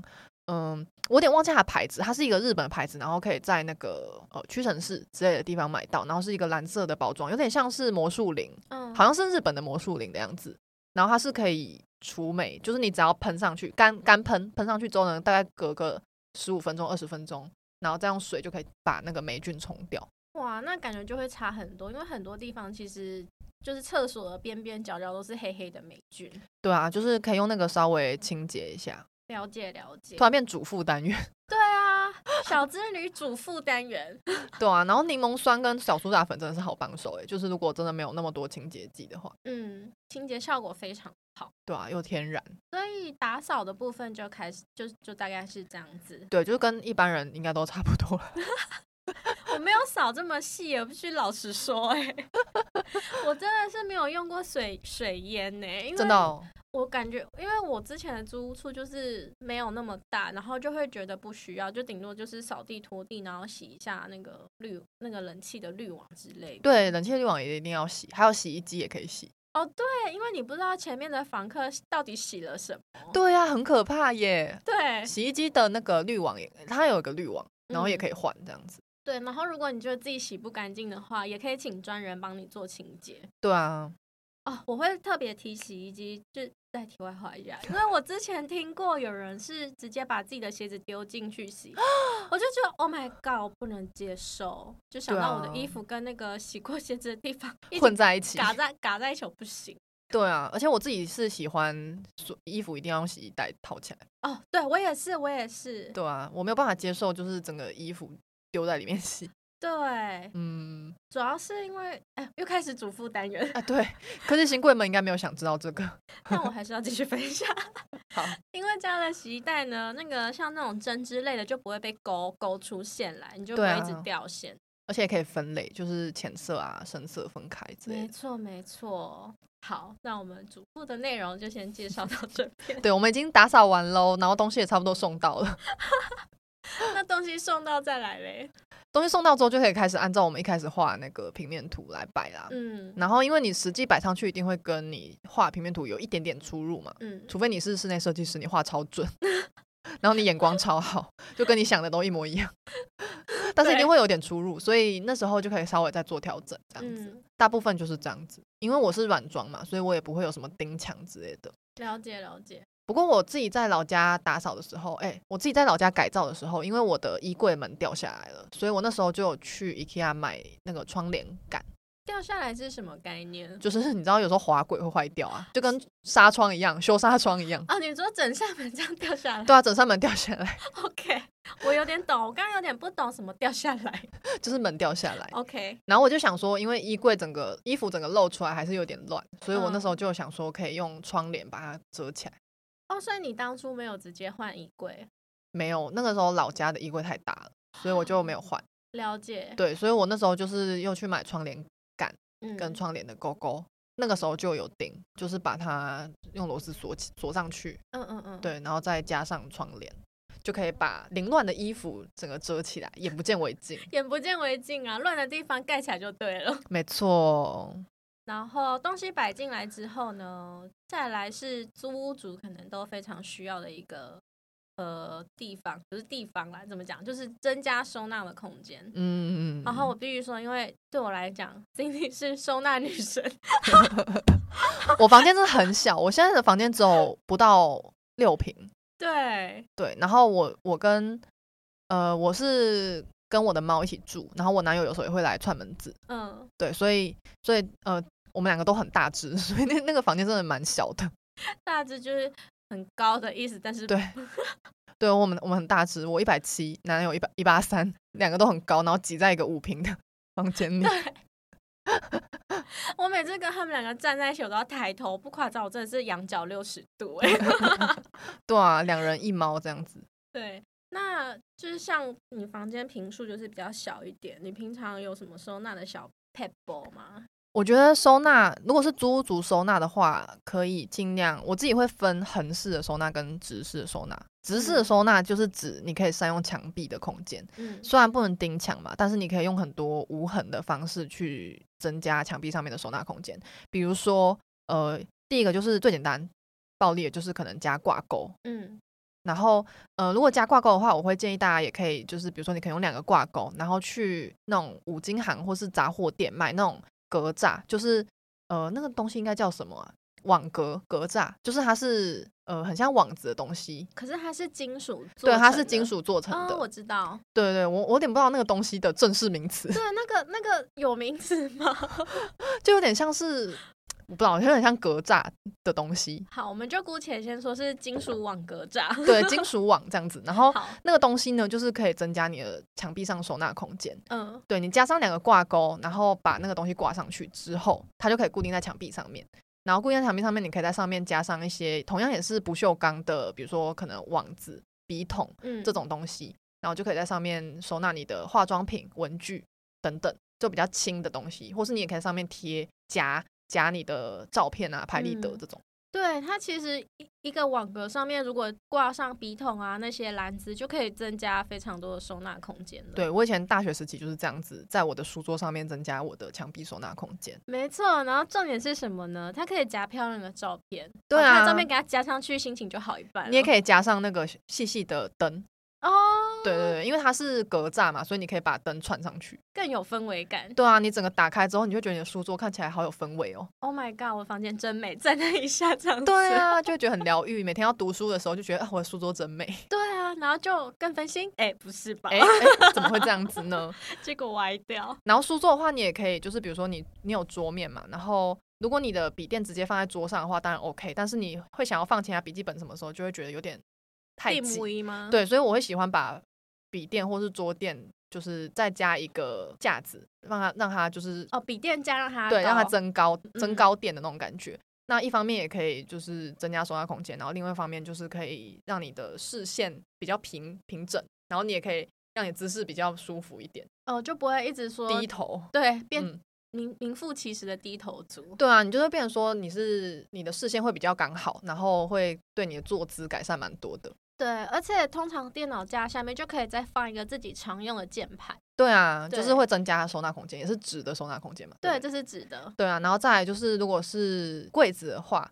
B: 嗯，我有点忘记它的牌子，它是一个日本的牌子，然后可以在那个呃屈臣氏之类的地方买到，然后是一个蓝色的包装，有点像是魔术灵，
A: 嗯，
B: 好像是日本的魔术灵的样子。然后它是可以除霉，就是你只要喷上去，干干喷喷上去之后呢，大概隔个十五分钟、二十分钟，然后再用水就可以把那个霉菌冲掉。
A: 哇，那感觉就会差很多，因为很多地方其实就是厕所的边边角角都是黑黑的霉菌。
B: 对啊，就是可以用那个稍微清洁一下。
A: 了解了解
B: 突，然变主妇单元，
A: 对啊，小资女主妇单元，
B: 对啊。然后柠檬酸跟小苏打粉真的是好帮手诶、欸就是如果真的没有那么多清洁剂的话，
A: 嗯，清洁效果非常好。
B: 对啊，又天然，
A: 所以打扫的部分就开始，就就大概是这样子。
B: 对，就是跟一般人应该都差不多了。
A: 我没有扫这么细，我必须老实说、哎，我真的是没有用过水水烟呢、因为
B: 真的、哦，
A: 我感觉，因为我之前的租屋处就是没有那么大，然后就会觉得不需要，就顶多就是扫地、拖地，然后洗一下那个滤、那个冷气的滤网之类的。
B: 对，冷气滤网也一定要洗，还有洗衣机也可以洗。
A: 哦，对，因为你不知道前面的房客到底洗了什么。
B: 对啊，很可怕耶！
A: 对
B: 洗衣机的那个滤网也，它有一个滤网，然后也
A: 嗯
B: 可以换这样子。
A: 对，然后如果你觉得自己洗不干净的话，也可以请专人帮你做清洁。
B: 对啊，
A: 哦，我会特别提洗衣机，就再题外话一下，因为我之前听过有人是直接把自己的鞋子丢进去 洗，我就觉得 Oh my God，我不能接受，就想
B: 对
A: 到我的
B: 啊
A: 衣服跟那个洗过鞋子的地 方一起
B: 混在一起。
A: 嘎在嘎在一起，我不行。
B: 对啊，而且我自己是喜欢所衣服一定要用洗衣袋套起来。
A: 哦，对我也是，我也是，
B: 对啊，我没有办法接受就是整个衣服丢在里面洗。
A: 对，
B: 嗯，
A: 主要是因为哎，又开始主妇单元，
B: 啊，对，可是新贵们应该没有想知道这个。
A: 但我还是要继续分享。
B: 好，
A: 因为加了洗衣袋呢，那个像那种针织类的就不会被勾勾出线来，你就不
B: 对
A: 会
B: 啊
A: 一直掉线。
B: 而且也可以分类，就是浅色啊、深色分开之类
A: 没
B: 的。
A: 错，没错。好，那我们主妇的内容就先介绍到这边。
B: 对，我们已经打扫完喽，然后东西也差不多送到了。
A: 那东西送到再来嘞。
B: 东西送到之后，就可以开始按照我们一开始画的那个平面图来摆啦。
A: 嗯
B: 然后，因为你实际摆上去，一定会跟你画平面图有一点点出入嘛，
A: 嗯，
B: 除非你是室内设计师，你画超 准，然后你眼光超好，就跟你想的都一模一 样，但是一定
A: 对
B: 会有点出入，所以那时候就可以稍微再做调整，这样子。
A: 嗯，
B: 大部分就是这样子，因为我是软装嘛，所以我也不会有什么钉墙之类的。
A: 了解了解。
B: 不过我自己在老家打扫的时候，哎、我自己在老家改造的时候，因为我的衣柜门掉下来了，所以我那时候就有去 IKEA 买那个窗帘杆，
A: 掉下来是什么概念？
B: 就是 你知道有时候滑轨会坏掉啊，就跟纱窗一样，修纱窗一样。
A: 哦，你说整扇门这样掉下来
B: 对啊，整扇门掉下来，
A: ？OK，我有点懂，我刚刚有点不懂什么掉下来。
B: 就是门掉下来。
A: OK，
B: 然后我就想说，因为衣柜整个衣服整个露出来还是有点乱，所以我那时候就想说可以用窗帘把它遮起来。
A: 哦，所以你当初没有直接换衣柜
B: 没有，那个时候老家的衣柜太大了，所以我就没有换。
A: 了解，
B: 对，所以我那时候就是又去买窗帘
A: 嗯，
B: 跟窗帘的钩钩，那个时候就有钉，就是把它用螺丝锁起锁上去，
A: 嗯嗯嗯，，
B: 对，然后再加上窗帘，就可以把凌乱的衣服整个遮起来，眼不见为净。
A: 眼不见为净啊，乱的地方盖起来就对了。
B: 没错，
A: 然后东西摆进来之后呢，再来是租屋族可能都非常需要的一个呃地方，不是地方啦，怎么讲，就是增加收纳的空间。
B: 嗯，
A: 然啊后我必须说，因为对我来讲，Cindy 是收纳女神，
B: 我房间真的很小，我现在的房间只有不到六平，
A: 对，
B: 对，然后我我跟呃我是跟我的猫一起住，然后我男友有时候也会来串门子，
A: 嗯，
B: 对，所以所以呃我们两个都很大只， 所以那那个房间真的蛮小的，
A: 大致就是很高的意思，但是
B: 对对我们我们很大只，我一百七，男友一百一八三，两个都很高，然后挤在一个五平的房间里，
A: 我每次跟他们两个站在一起，我都要抬头，不夸张，我真的是仰角六十 度哎、
B: 对啊，两人一猫这样子，
A: 对，那就是像你房间平数就是比较小一点，你平常有什么收纳的小 pebble 吗？
B: 我觉得收纳，如果是租屋族收纳的话，可以尽量我自己会分横式的收纳跟直式的收纳。直式的收纳就是指你可以善用墙壁的空间，
A: 嗯
B: 虽然不能钉墙嘛，但是你可以用很多无痕的方式去增加墙壁上面的收纳空间。比如说，呃，第一个就是最简单暴力，的就是可能加挂钩。
A: 嗯
B: 然后，呃，如果加挂钩的话，我会建议大家也可以，就是比如说你可以用两个挂钩，然后去那种五金行或是杂货店买那种格栅，就是呃那个东西应该叫什么啊？网格格栅，就是它是呃很像网子的东西，
A: 可是它是金属做
B: 对，它
A: 成
B: 是
A: 的
B: 金。属做成
A: 哦
B: 的。，
A: 我知道，
B: 对对，我我有点不知道那个东西的正式名词
A: 对，，那个那个有名字吗？
B: 就有点像是我不知道，有点像格栅的东西，
A: 好，我们就姑且先说是金属网格栅。
B: 对，金属网这样子。然后
A: 好，
B: 那个东西呢，就是可以增加你的墙壁上收纳空间。
A: 嗯，
B: 对你加上两个挂钩，然后把那个东西挂上去之后，它就可以固定在墙壁上面。然后固定在墙壁上面，你可以在上面加上一些同样也是不锈钢的，比如说可能网子、笔筒
A: 嗯
B: 这种东西，然后就可以在上面收纳你的化妆品、文具等等，就比较轻的东西。或是你也可以在上面贴夹夹你的照片啊、拍立得
A: 嗯
B: 这种。
A: 对它其实一一个网格上面，如果挂上笔筒啊那些篮子，就可以增加非常多的收纳空间了。
B: 对我以前大学时期就是这样子，在我的书桌上面增加我的墙壁收纳空间。
A: 没错，然后重点是什么呢？它可以夹漂亮的照片，
B: 对
A: 好看的
B: 啊
A: 照片给它夹上去，心情就好一半。
B: 你也
A: 以
B: 可以加上那个细细的灯，
A: 哦，
B: 对对，对，因为它是格栅嘛，所以你可以把灯串上去。
A: 更有氛围感。
B: 对啊，你整个打开之后，你就觉得你的书桌看起来好有氛围哦。
A: Oh my god，我房间真美，在那一下这样子。
B: 对，啊，就会觉得很疗愈。每天要读书的时候，就觉得啊，我的书桌 真美。
A: 对啊，然后就更分心。哎、不是吧？
B: 哎哎，怎么会这样子呢？
A: 结果歪掉。
B: 然后书桌的话，你也可以，就是比如说你你有桌面嘛，然后如果你的笔电直接放在桌上的话，当然 OK。但是你会想要放其他笔记本什么时候，就会觉得有点太
A: 地
B: 挤
A: 母。一吗？，
B: 对，所以我会喜欢把笔电或是桌垫，就是再加一个架子，让它让它就是
A: 哦，笔电架让它
B: 对，让它
A: 高
B: 增高增
A: 嗯
B: 高点的那种感觉。那一方面也可以就是增加收纳空间，然后另外一方面就是可以让你的视线比较平平整，然后你也可以让你姿势比较舒服一点，
A: 哦，就不会一直说
B: 低头。
A: 对变
B: 嗯，
A: 名名副其实的低头族。
B: 对啊，你就会变成说你是你的视线会比较刚好，然后会对你的坐姿改善蛮多的。
A: 对，而且通常电脑架下面就可以再放一个自己常用的键盘。
B: 对啊，就是
A: 对
B: 会增加收纳空间，也是直的收纳空间嘛。
A: 对，
B: 不
A: 这是指的。
B: 对啊，然后再来就是，如果是柜子的话，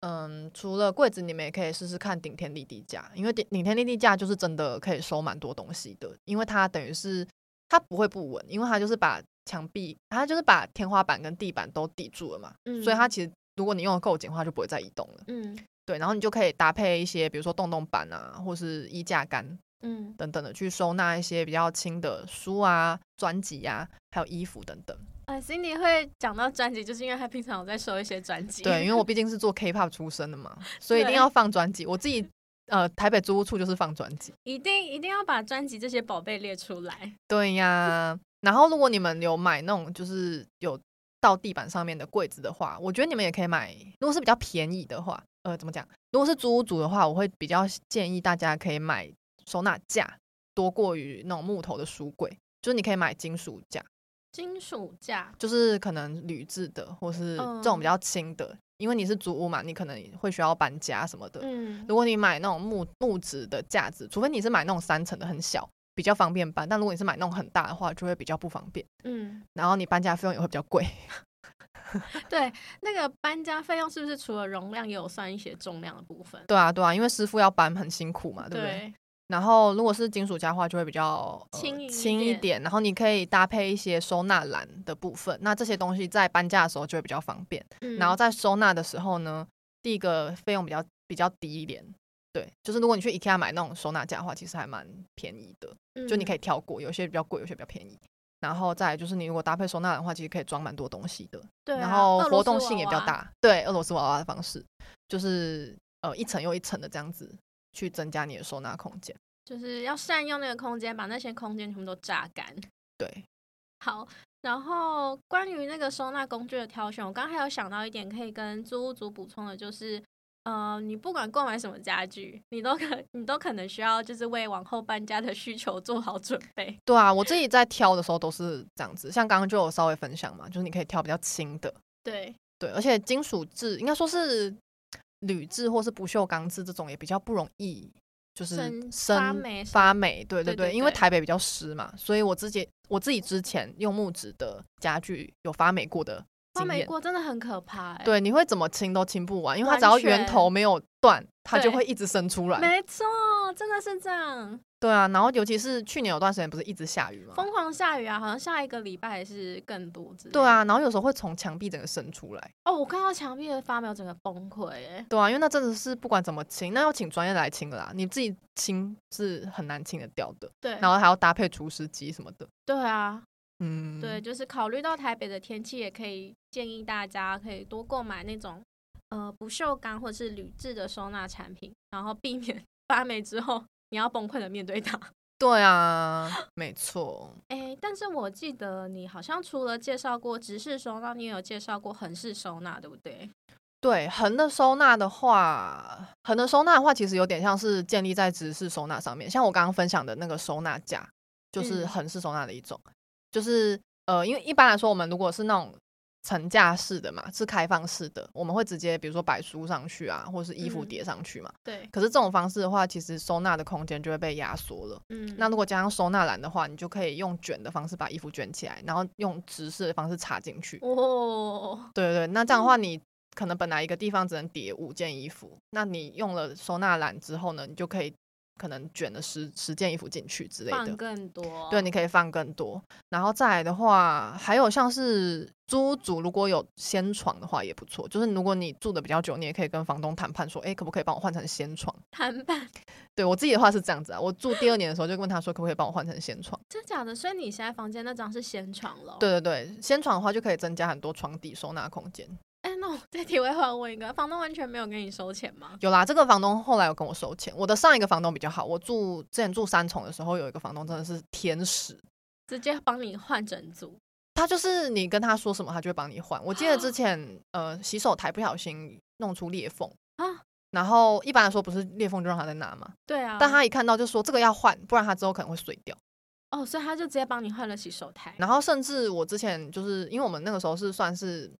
B: 嗯，除了柜子，你们也可以试试看顶天立地架，因为顶顶天立地架就是真的可以收蛮多东西的，因为它等于是它不会不稳，因为它就是把墙壁，它就是把天花板跟地板都抵住了嘛，
A: 嗯，
B: 所以它其实如果你用的够紧的话，就不会再移动了。
A: 嗯
B: 对，然后你就可以搭配一些，比如说洞洞板啊，或是衣架杆
A: 嗯，
B: 等等的，去收纳一些比较轻的书啊、专辑啊，还有衣服等等。
A: 哎，Cindy 会讲到专辑，就是因为他平常有在收一些专辑。
B: 对，因为我毕竟是做 K-pop 出身的嘛，所以一定
A: 对
B: 要放专辑。我自己呃，台北租屋处就是放专辑。
A: 一定一定要把专辑这些宝贝列出来。
B: 对呀，然后如果你们有买那种就是有到地板上面的柜子的话，我觉得你们也可以买。如果是比较便宜的话，呃，怎么讲？如果是租屋组的话，我会比较建议大家可以买收纳架，多过于那种木头的书柜，就是你可以买金属架，
A: 金属架，
B: 就是可能铝制的或是这种比较轻的，因为你是租屋嘛，你可能会需要搬家什么的。
A: 嗯
B: 如果你买那种木木质的架子，除非你是买那种三层的很小，比较方便搬；但如果你是买那种很大的话，就会比较不方便，
A: 嗯，
B: 然后你搬家费用也会比较贵。
A: 对，那个搬家费用是不是除了容量，也有算一些重量的部分？
B: 对啊，对啊，因为师傅要搬很辛苦嘛，对不对？
A: 对，
B: 然后如果是金属家的话，就会比较、呃
A: 轻盈一
B: 轻一
A: 点
B: 点，然后你可以搭配一些收纳篮的部分，那这些东西在搬家的时候就会比较方便。
A: 嗯
B: 然后在收纳的时候呢，第一个费用比较比较低一点。对，就是如果你去 IKEA 买那种收纳架的话，其实还蛮便宜的，就你可以
A: 以，
B: 挑过，有些比较贵，有些比较便宜。然后再来就是你如果搭配收纳篮的话，其实可以装蛮多东西的，
A: 对啊
B: 然后
A: 俄
B: 活
A: 罗斯
B: 动性也比较
A: 娃娃
B: 大。对，俄罗斯娃娃的方式就是呃一层又一层的这样子去增加你的收纳空间。
A: 就是要善用那个空间，把那些空间全部都榨干。
B: 对，
A: 好，然后关于那个收纳工具的挑选，我刚刚还有想到一点可以跟租屋族补充的，就是。呃，你不管购买什么家具，你都可你都可能需要就是为往后搬家的需求做好准备。
B: 对啊，我自己在挑的时候都是这样子，像刚刚就有稍微分享嘛，就是你可以挑比较轻的，
A: 对，
B: 对，而且金属制应该说是铝制或是不锈钢制这种也比较不容易，就是
A: 生
B: 生
A: 发霉什
B: 发霉，对对
A: 对
B: 对，
A: 对
B: 因为
A: 对
B: 台北比较湿嘛，所以我自己我自己之前用木质的家具有发霉过的
A: 发
B: 经
A: 霉
B: 验，
A: 过真的很可怕、欸。，
B: 对，你会怎么清都清不完，因为它
A: 完
B: 只要源
A: 全
B: 头没有断，它就
A: 对
B: 会一直生出来。
A: 没错，真的是这样。
B: 对啊，然后尤其是去年有段时间不是一直下雨嘛，
A: 疯狂下雨啊，好像下一个礼拜还是更多之类的
B: 对，啊，然后有时候会从墙壁整个伸出来。
A: 哦，我看到墙壁的发霉，我整个崩溃哎。
B: 对啊，因为那真的是不管怎么清，那要请专业来清了啦，你自己清是很难清得掉的，
A: 对，
B: 然后还要搭配除湿机什么的。
A: 对啊，
B: 嗯，
A: 对，就是考虑到台北的天气，也可以建议大家可以多购买那种呃不锈钢或是铝制的收纳产品，然后避免 发霉之后你要崩溃的面对 它。
B: 对啊，没错，
A: 哎，但是我记得你好像除了介绍过直式收纳，你也有介绍过横式收纳，对不对？
B: 对横的收纳的话，横的收纳的话，其实有点像是建立在直式收纳上面，像我刚刚分享的那个收纳架，就是
A: 嗯
B: 横式收纳的一种，就是呃，因为一般来说，我们如果是那种层架式的嘛，是开放式的，我们会直接比如说摆书上去啊，或是衣服
A: 嗯
B: 叠上去嘛。
A: 对，
B: 可是这种方式的话，其实收纳的空间就会被压缩了。
A: 嗯，
B: 那如果加上收纳篮的话，你就可以用卷的方式把衣服卷起来，然后用直式的方式插进去。
A: 哦，
B: 对对，那这样的话，你可能本来一个地方只能叠五件衣服，那你用了收纳篮之后呢，你就可以可能卷了十十件衣服进去之类
A: 放
B: 的。
A: 更多，
B: 对，你可以放更多。然后再来的话，还有像是租屋主如果有先床的话也不错，就是如果你住的比较久，你也可以跟房东谈判说，哎，可不可以帮我换成先床？
A: 摊贩
B: 对我自己的话是这样子啊，我住第二年的时候就问他说，可不可以帮我换成仙床？
A: 真假的？所以你现在房间那张是先床了？。
B: 对对对，仙床的话就可以增加很多床底收纳空间。
A: 哎、那我再题外话问一个，房东完全没有跟你收钱吗？
B: 有啦，这个房东后来有跟我收钱。我的上一个房东比较好，我住之前住三重的时候，有一个房东真的是天使，
A: 直接帮你换整组？
B: 他就是你跟他说什么，他就会帮你换。我记
A: 啊
B: 得之前呃洗手台不小心弄出裂缝
A: 啊
B: 然后一般来说不是裂缝就让他再拿嘛，
A: 对啊，
B: 但他一看到就说这个要换，不然他之后可能会碎掉。
A: 哦，所以他就直接帮你换了洗手台。
B: 然后甚至我之前就是因为我们那个时候是算是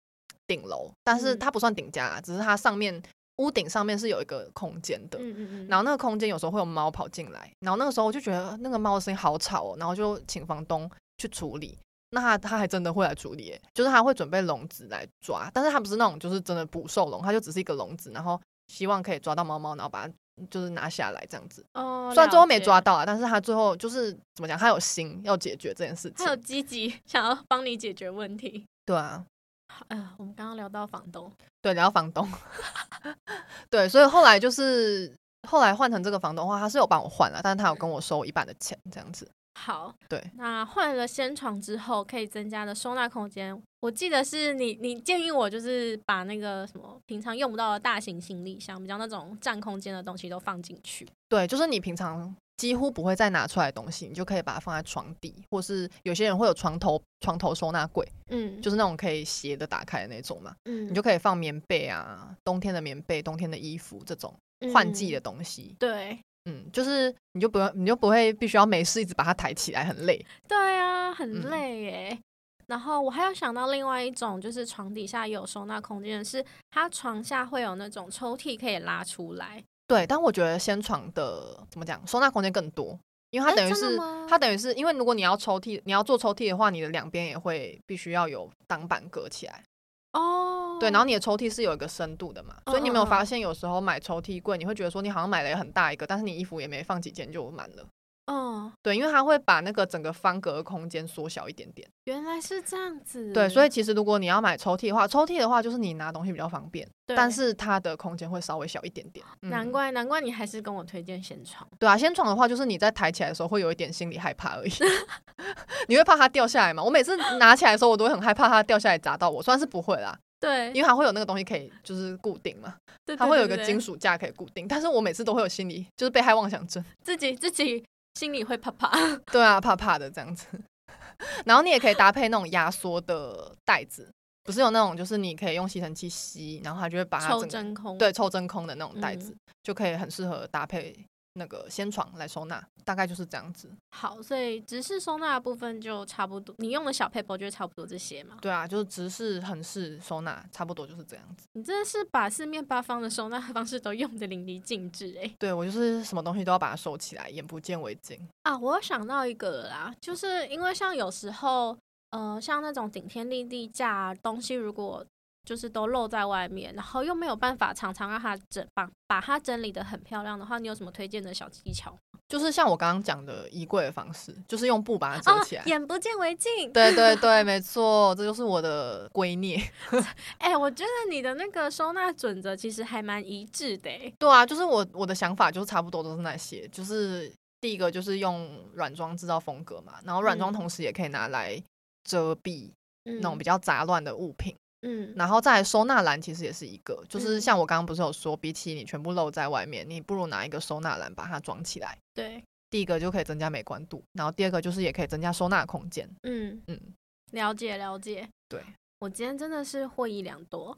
B: 顶楼，但是
A: 嗯
B: 它不算顶家啦，只是它上面屋顶上面是有一个空间的。
A: 嗯嗯嗯，
B: 然后那个空间有时候会有猫跑进来，然后那个时候我就觉得呃那个猫的声音好吵哦，然后就请房东去处理。那他他还真的会来处理耶，就是他会准备笼子来抓，但是他不是那种就是真的捕兽笼，他就只是一个笼子，然后希望可以抓到猫猫，然后把它就是拿下来这样子。
A: 哦，
B: 虽然最后没
A: 了解
B: 抓，到啊，但是他最后就是怎么讲，他有心要解决这件事情
A: 他。有积极 想要帮你解决问题。
B: 对啊，
A: 呃，我们刚刚聊到房东，
B: 对，聊房东， 对，所以后来就是后来换成这个房东的话，他是有帮我换了，但是他有跟我收一半的钱这样子。
A: 好，
B: 对，
A: 那换了先床之后可以增加的收纳空间，我记得是你你建议我就是把那个什么平常用不到的大型行李箱，比较那种占空间的东西都放进去。
B: 对，就是你平常几乎不会再拿出来的东西，你就可以把它放在床底，或是有些人会有床头床头收纳柜，
A: 嗯，
B: 就是那种可以斜的打开的那种嘛，
A: 嗯
B: 你就可以放棉被啊，冬天的棉被、冬天的衣服这种换季
A: 嗯
B: 的东西。
A: 对，
B: 嗯，就是你就不用，你就不会必须要没事一直把它抬起来，很累。
A: 对啊，很
B: 嗯
A: 累耶。然后我还有想到另外一种，就是床底下有收纳空间，是它床下会有那种抽屉可以拉出来。
B: 对，但我觉得先床的怎么讲，收纳空间更多，因为它
A: 诶
B: 等于
A: 啊真的
B: 是
A: 吗
B: 它等于是因为如果你要抽屉，你要做抽屉的话，你的两边也会必须要有挡板隔起来。
A: 哦，嗯
B: 对，然后你的抽屉是有一个深度的嘛，所以你有没有发现有时候买抽屉柜，你会觉得说你好像买了很大一个，但是你衣服也没放几件就满了。
A: 哦，
B: 对，因为它会把那个整个方格的空间缩小一点点。
A: 原来是这样子。
B: 对，所以其实如果你要买抽屉的话，抽屉的话就是你拿东西比较方便，
A: 对
B: 但是它的空间会稍微小一点点。嗯
A: 难怪难怪你还是跟我推荐先床。
B: 对啊，先床的话，就是你在抬起来的时候会有一点心理害怕而已。 你会怕它掉下来吗？我每次拿起来的时候，我都会很害怕它掉下来砸到我。虽然是不会啦，
A: 对，
B: 因为它会有那个东西可以就是固定嘛，
A: 对
B: 它
A: 对
B: 会
A: 对
B: 有一个
A: 对
B: 金属架可以固定。但是我每次都会有心理就是被害妄想症，
A: 自己自己心里会怕怕。
B: 对啊，怕怕的这样子。 然后你也可以搭配那种压缩的袋子，不是有那种就是你可以用吸尘器吸，然后它就会把它
A: 抽
B: 整个
A: 真空，
B: 对抽真空的那种袋子，
A: 嗯
B: 就可以很适合搭配那个先床来收纳，大概就是这样子。
A: 好，所以直视收纳的部分就差不多，你用的小 paper 就差不多这些嘛。
B: 对啊，就是直视、横视、收纳，差不多就是这样子。
A: 你真的是把四面八方的收纳方式都用的淋漓尽致哎、
B: 对我就是什么东西都要把它收起来，眼不见为净。
A: 啊，我有想到一个了啦，就是因为像有时候，呃，像那种顶天立地架啊东西，如果就是都露在外面，然后又没有办法常常让它整把把它整理的很漂亮的话，你有什么推荐的小技巧？
B: 就是像我刚刚讲的衣柜的方式，就是用布把它
A: 哦
B: 折起来。
A: 眼不见为净。
B: 对对对，没错，这就是我的圭臬。
A: 哎、我觉得你的那个收纳准则其实还蛮一致的、欸。
B: 对啊，就是我我的想法就是差不多都是那些，就是第一个就是用软装制造风格嘛，然后软装
A: 嗯
B: 同时也可以拿来遮蔽
A: 嗯
B: 那种比较杂乱的物品。
A: 嗯
B: 然后再来收纳篮其实也是一个，就是
A: 嗯
B: 像我刚刚不是有说，比起你全部露在外面，你不如拿一个收纳篮把它装起来。
A: 对，
B: 第一个就可以增加美观度，然后第二个就是也可以增加收纳空间。
A: 嗯
B: 嗯，
A: 了解了解。
B: 对，
A: 我今天真的是获益良多。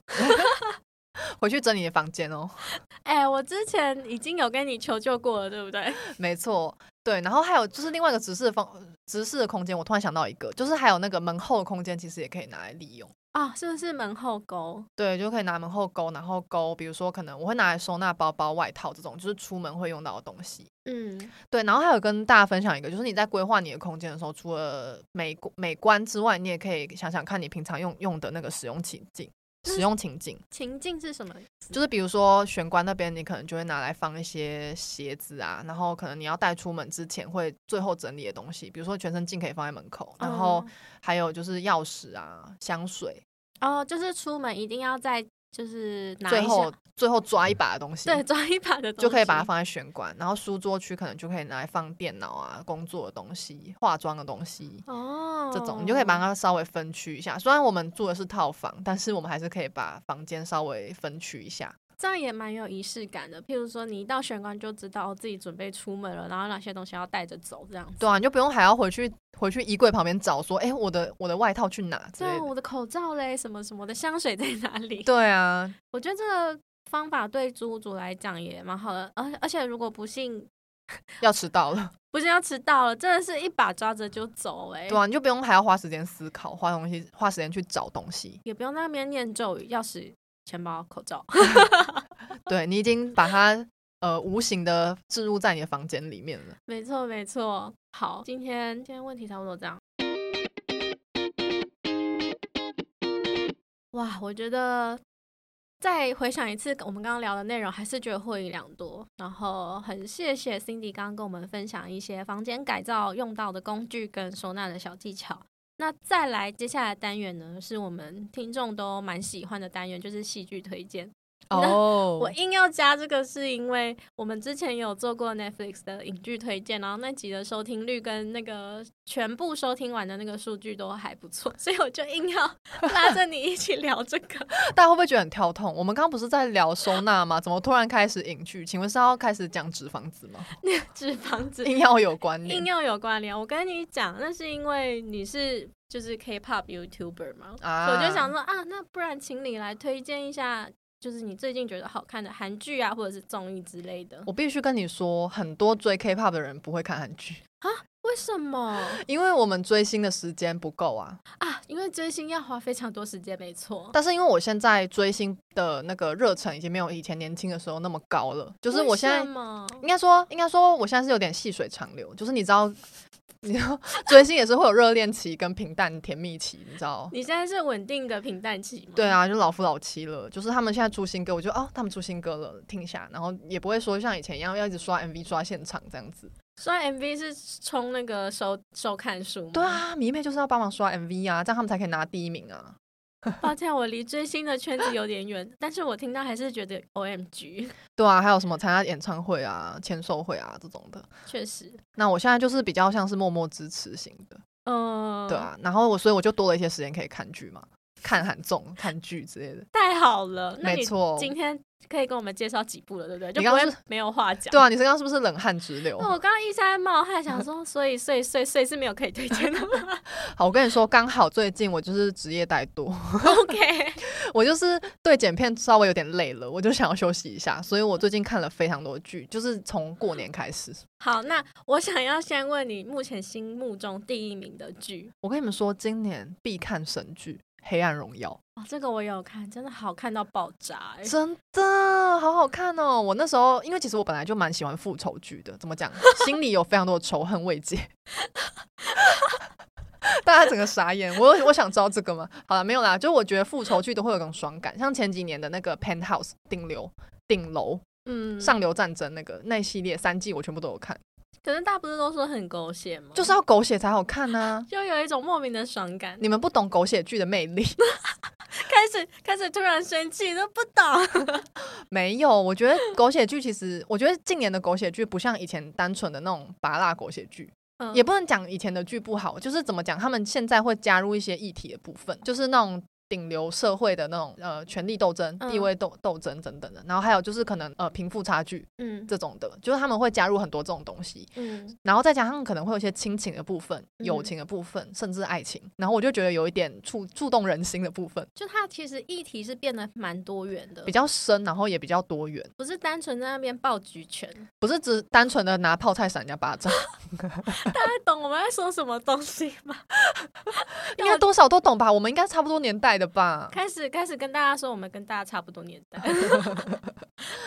B: 回去整理你的房间哦。
A: 哎、我之前已经有跟你求救过了，对不 对？
B: 没错，对。然后还有就是另外一个直视的方直视的空间，我突然想到一个，就是还有那个门后的空间，其实也可以拿来利用。
A: 啊，是不是门后沟？
B: 对，就可以拿门后勾，然后勾，比如说可能我会拿来收纳包包、外套这种，就是出门会用到的东西。
A: 嗯，
B: 对，然后还有跟大家分享一个，就是你在规划你的空间的时候，除了美观美观之外，你也可以想想看你平常用用的那个使用情境。
A: 嗯
B: 使用情境
A: 情境是什么？
B: 就是，比如说玄关那边，你可能就会拿来放一些鞋子啊，然后可能你要带出门之前会最后整理的东西，比如说全身镜可以放在门口，然
A: 哦
B: 后还有就是钥匙啊、香水，
A: 哦，哦就是出门一定要在就是拿
B: 最
A: 一
B: 后
A: 下
B: 最后抓一把的东西，
A: 对抓一把的东西，
B: 就可以把它放在玄关，然后书桌区可能就可以拿来放电脑啊、工作的东西、化妆的东西，
A: 哦，
B: 这种，你就可以把它稍微分区一下。虽然我们住的是套房，但是我们还是可以把房间稍微分区一下。
A: 这样也蛮有仪式感的。譬如说，你一到玄关就知道哦自己准备出门了，然后哪些东西要带着走，这样子。
B: 对啊，你就不用还要回去回去衣柜旁边找说，哎、我的我的外套去哪之
A: 对
B: 类
A: 啊，
B: 的。
A: 我的口罩嘞，什么什么我的香水在哪里？
B: 对啊，
A: 我觉得这个方法对租屋族来讲也蛮好的，而而且如果不幸
B: 要迟到了。
A: 不是要迟到了，真的是一把抓着就走哎、
B: 对啊，你就不用还要花时间思考，花东西花时间去找东西。
A: 也不用在那边念咒语，钥匙、钱包、口罩。
B: 对你已经把它呃无形的置入在你的房间里面了。
A: 没错，没错。好，今天今天问题差不多这样。哇，我觉得再回想一次我们刚刚聊的内容，还是觉得获益良多。然后很谢谢 Cindy 刚刚跟我们分享一些房间改造用到的工具跟收纳的小技巧。那再来接下来的单元呢，是我们听众都蛮喜欢的单元，就是戏剧推荐。
B: 哦
A: 我硬要加这个，是因为我们之前有做过 Netflix 的影剧推荐，然后那集的收听率跟那个全部收听完的那个数据都还不错，所以我就硬 要拉着你一起聊这个。
B: 大家会不会觉得很跳痛？我们刚刚不是在聊收纳吗？怎么突然开始隐居？请问是要开始讲纸房子 吗？
A: 纸房子
B: 硬要有关
A: 硬
B: 联
A: 要有关联，我跟你讲，那是因为你是就是 K-pop YouTuber 嘛，
B: 啊
A: 所以我就想说啊，那不然请你来推荐一下就是你最近觉得好看的韩剧啊，或者是综艺之类的
B: 我必须跟你说，很多追 K-pop 的人不会看韩剧，
A: 啊？为什么
B: 因为我们追星的时间不够啊。
A: 啊？因为追星要花非常多时间，没错。
B: 但是因为我现在追星的那个热忱已经没有以前年轻的时候那么高了，就是我现在
A: 为什么
B: 应该说，应该说，我现在是有点细水长流，就是你知道，你知道 追星也是会有热恋期跟平淡甜蜜期，你知道。
A: 你现在是稳定的平淡期吗？
B: 对啊，就老夫老妻了，就是他们现在出新歌，我就哦，他们出新歌了，听一下，然后也不会说像以前一样要一直刷 MV 刷现场这样子。
A: 刷 MV 是冲那个收收看数吗？
B: 对，啊，迷妹就是要帮忙刷 MV 啊，这样他们才可以拿第一名啊。
A: 抱歉，我离追星的圈子有点远， 但是我听到还是觉得 O M G，
B: 对啊，还有什么参加演唱会啊、签售会啊这种的。
A: 确实，
B: 那我现在就是比较像是默默支持型的，
A: 嗯、
B: 对，啊。然后我所以我就多了一些时间可以看剧嘛，看韩综、看剧之类的。
A: 太好了，那
B: 没
A: 你
B: 错，
A: 今天可以跟我们介绍几部了，对不对？就
B: 你
A: 不
B: 刚刚
A: 会
B: 是
A: 没有话讲。
B: 对啊，你刚刚是不是冷汗直流？
A: 那我刚刚一直在冒汗，想说，所以所以所以所以是没有可以推荐的 吗
B: 好，我跟你说，刚好最近我就是职业怠惰，
A: ？OK，
B: 我就是对剪片稍微有点累了，我就想要休息一下，所以我最近看了非常多剧，就是从过年开始。
A: 好，那我想要先问你，目前心目中第一名的剧
B: 我跟你们说，今年必看神剧《黑暗荣耀
A: 哦，这个我有看，真的好看到爆炸、欸》，。
B: 真的好好看哦！我那时候因为其实我本来就蛮喜欢复仇剧的，怎么讲， 心里有非常多的仇恨未解。 大家整个傻眼，我我想知道这个吗？好了，没有啦，就我觉得复仇剧都会有一种爽感，像前几年的那个 Penthouse 顶流顶楼
A: 嗯，
B: 上流战争那个那一系列三季，我全部都有看，
A: 可是大家不是都说很狗血吗？
B: 就是要狗血才好看呐、
A: 就有一种莫名的爽感，
B: 你们不懂狗血剧的魅力，
A: 开始开始突然生气都不懂。
B: 没有？我觉得狗血剧其实，我觉得近年的狗血剧不像以前单纯的那种拔辣狗血剧，
A: 嗯
B: 也不能讲以前的剧不好，就是怎么讲，他们现在会加入一些议题的部分，就是那种。顶流社会的那种呃权力斗争、
A: 嗯
B: 地位斗斗争等等的，然后还有就是可能呃贫富差距
A: 嗯
B: 这种的，就是他们会加入很多这种东西，
A: 嗯，
B: 然后再加上可能会有一些亲情的部分、友
A: 嗯
B: 情的部分，甚至爱情，然后我就觉得有一点触触动人心的部分
A: 就它其实议题是变得蛮多元的
B: 比，较深，然后也比较多元，
A: 不是单纯在那边爆菊拳。
B: 不是只单纯的拿泡菜闪人家巴掌，
A: 大家懂我们在说什么东西吗？
B: 应该多少都懂吧？我们应该差不多年代的吧？
A: 开始开始跟大家说，我们跟大家差不多年 代。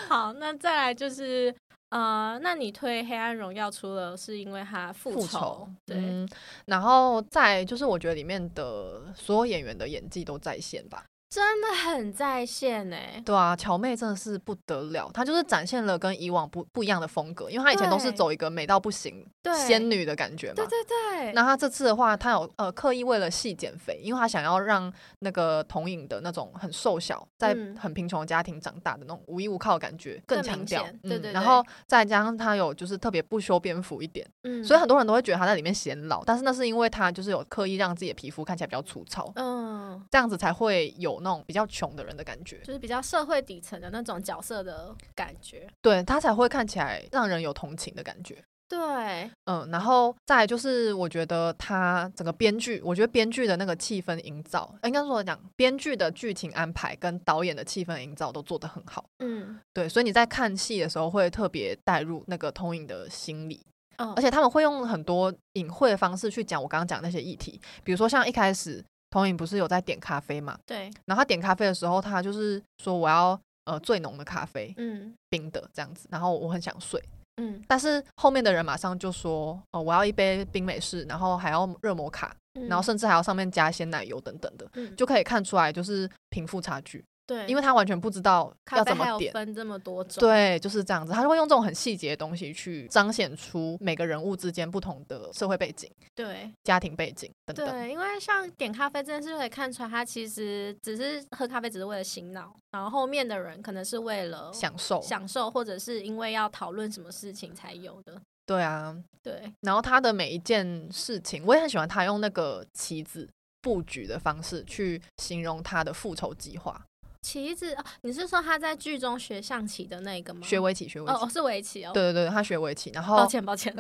A: 好，那再来就是呃，那你推《黑暗荣耀》除了是因为它复仇，对，
B: 嗯，然后再就是我觉得里面的所有演员的演技都在线吧。
A: 真的很在线哎、
B: 对啊，乔妹真的是不得了，她就是展现了跟以往不不一样的风格，因为她以前都是
A: 对
B: 走一个美到不行
A: 对，
B: 仙女的感觉嘛。
A: 对对对，
B: 那他这次的话，他有呃刻意为了戏减肥，因为他想要让那个童影的那种很瘦小，在
A: 嗯
B: 很贫穷的家庭长大的那种无依无靠的感觉
A: 更
B: 强
A: 明
B: 调
A: 显。
B: 嗯
A: 对对
B: 然
A: 对
B: 后再加上他有就是特别不修边幅一点，
A: 嗯
B: 所以很多人都会觉得他在里面显老，但是那是因为他就是有刻意让自己的皮肤看起来比较粗糙，
A: 嗯，
B: 这样子才会有那种比较穷的人的感觉，
A: 就是比较社会底层的那种角色的感觉。
B: 对他才会看起来让人有同情的感觉。
A: 对，
B: 嗯，然后再来就是，我觉得他整个编剧，我觉得编剧的那个气氛营造，呃应该说讲编剧的剧情安排跟导演的气氛营造都做得很好。
A: 嗯，
B: 对，所以你在看戏的时候会特别带入那个通影的心理，
A: 哦
B: 而且他们会用很多隐晦的方式去讲我刚刚讲的那些议题，比如说像一开始通影不是有在点咖啡嘛，
A: 对，
B: 然后他点咖啡的时候，他就是说我要呃最浓的咖啡，
A: 嗯
B: 冰的这样子，然后我很想睡。
A: 嗯
B: 但是后面的人马上就说，哦，我要一杯冰美式，然后还要热摩卡，
A: 嗯，
B: 然后甚至还要上面加鲜奶油等等的，
A: 嗯
B: 就可以看出来就是贫富差距，
A: 对，
B: 因为他完全不知道
A: 咖
B: 要
A: 啡
B: 怎
A: 还
B: 么
A: 有
B: 点。
A: 分这么多种，
B: 对，就是这样子，他就会用这种很细节的东西去彰显出每个人物之间不同的社会背景、
A: 对
B: 家庭背景等等。
A: 对，因为像点咖啡这件事可以看出来，他其实只是喝咖啡只是为了醒脑，然后后面的人可能是为了
B: 享受，
A: 享受，或者是因为要讨论什么事情才有的。
B: 对啊，
A: 对，
B: 然后他的每一件事情，我也很喜欢他用那个棋子布局的方式去形容他的复仇计划，
A: 棋子、哦，你是说他在剧中学象棋的那个吗？
B: 学围棋，学围
A: 哦
B: 棋
A: 哦，，是围棋哦。，
B: 对对对，他学围棋，然
A: 抱
B: 后
A: 歉抱歉。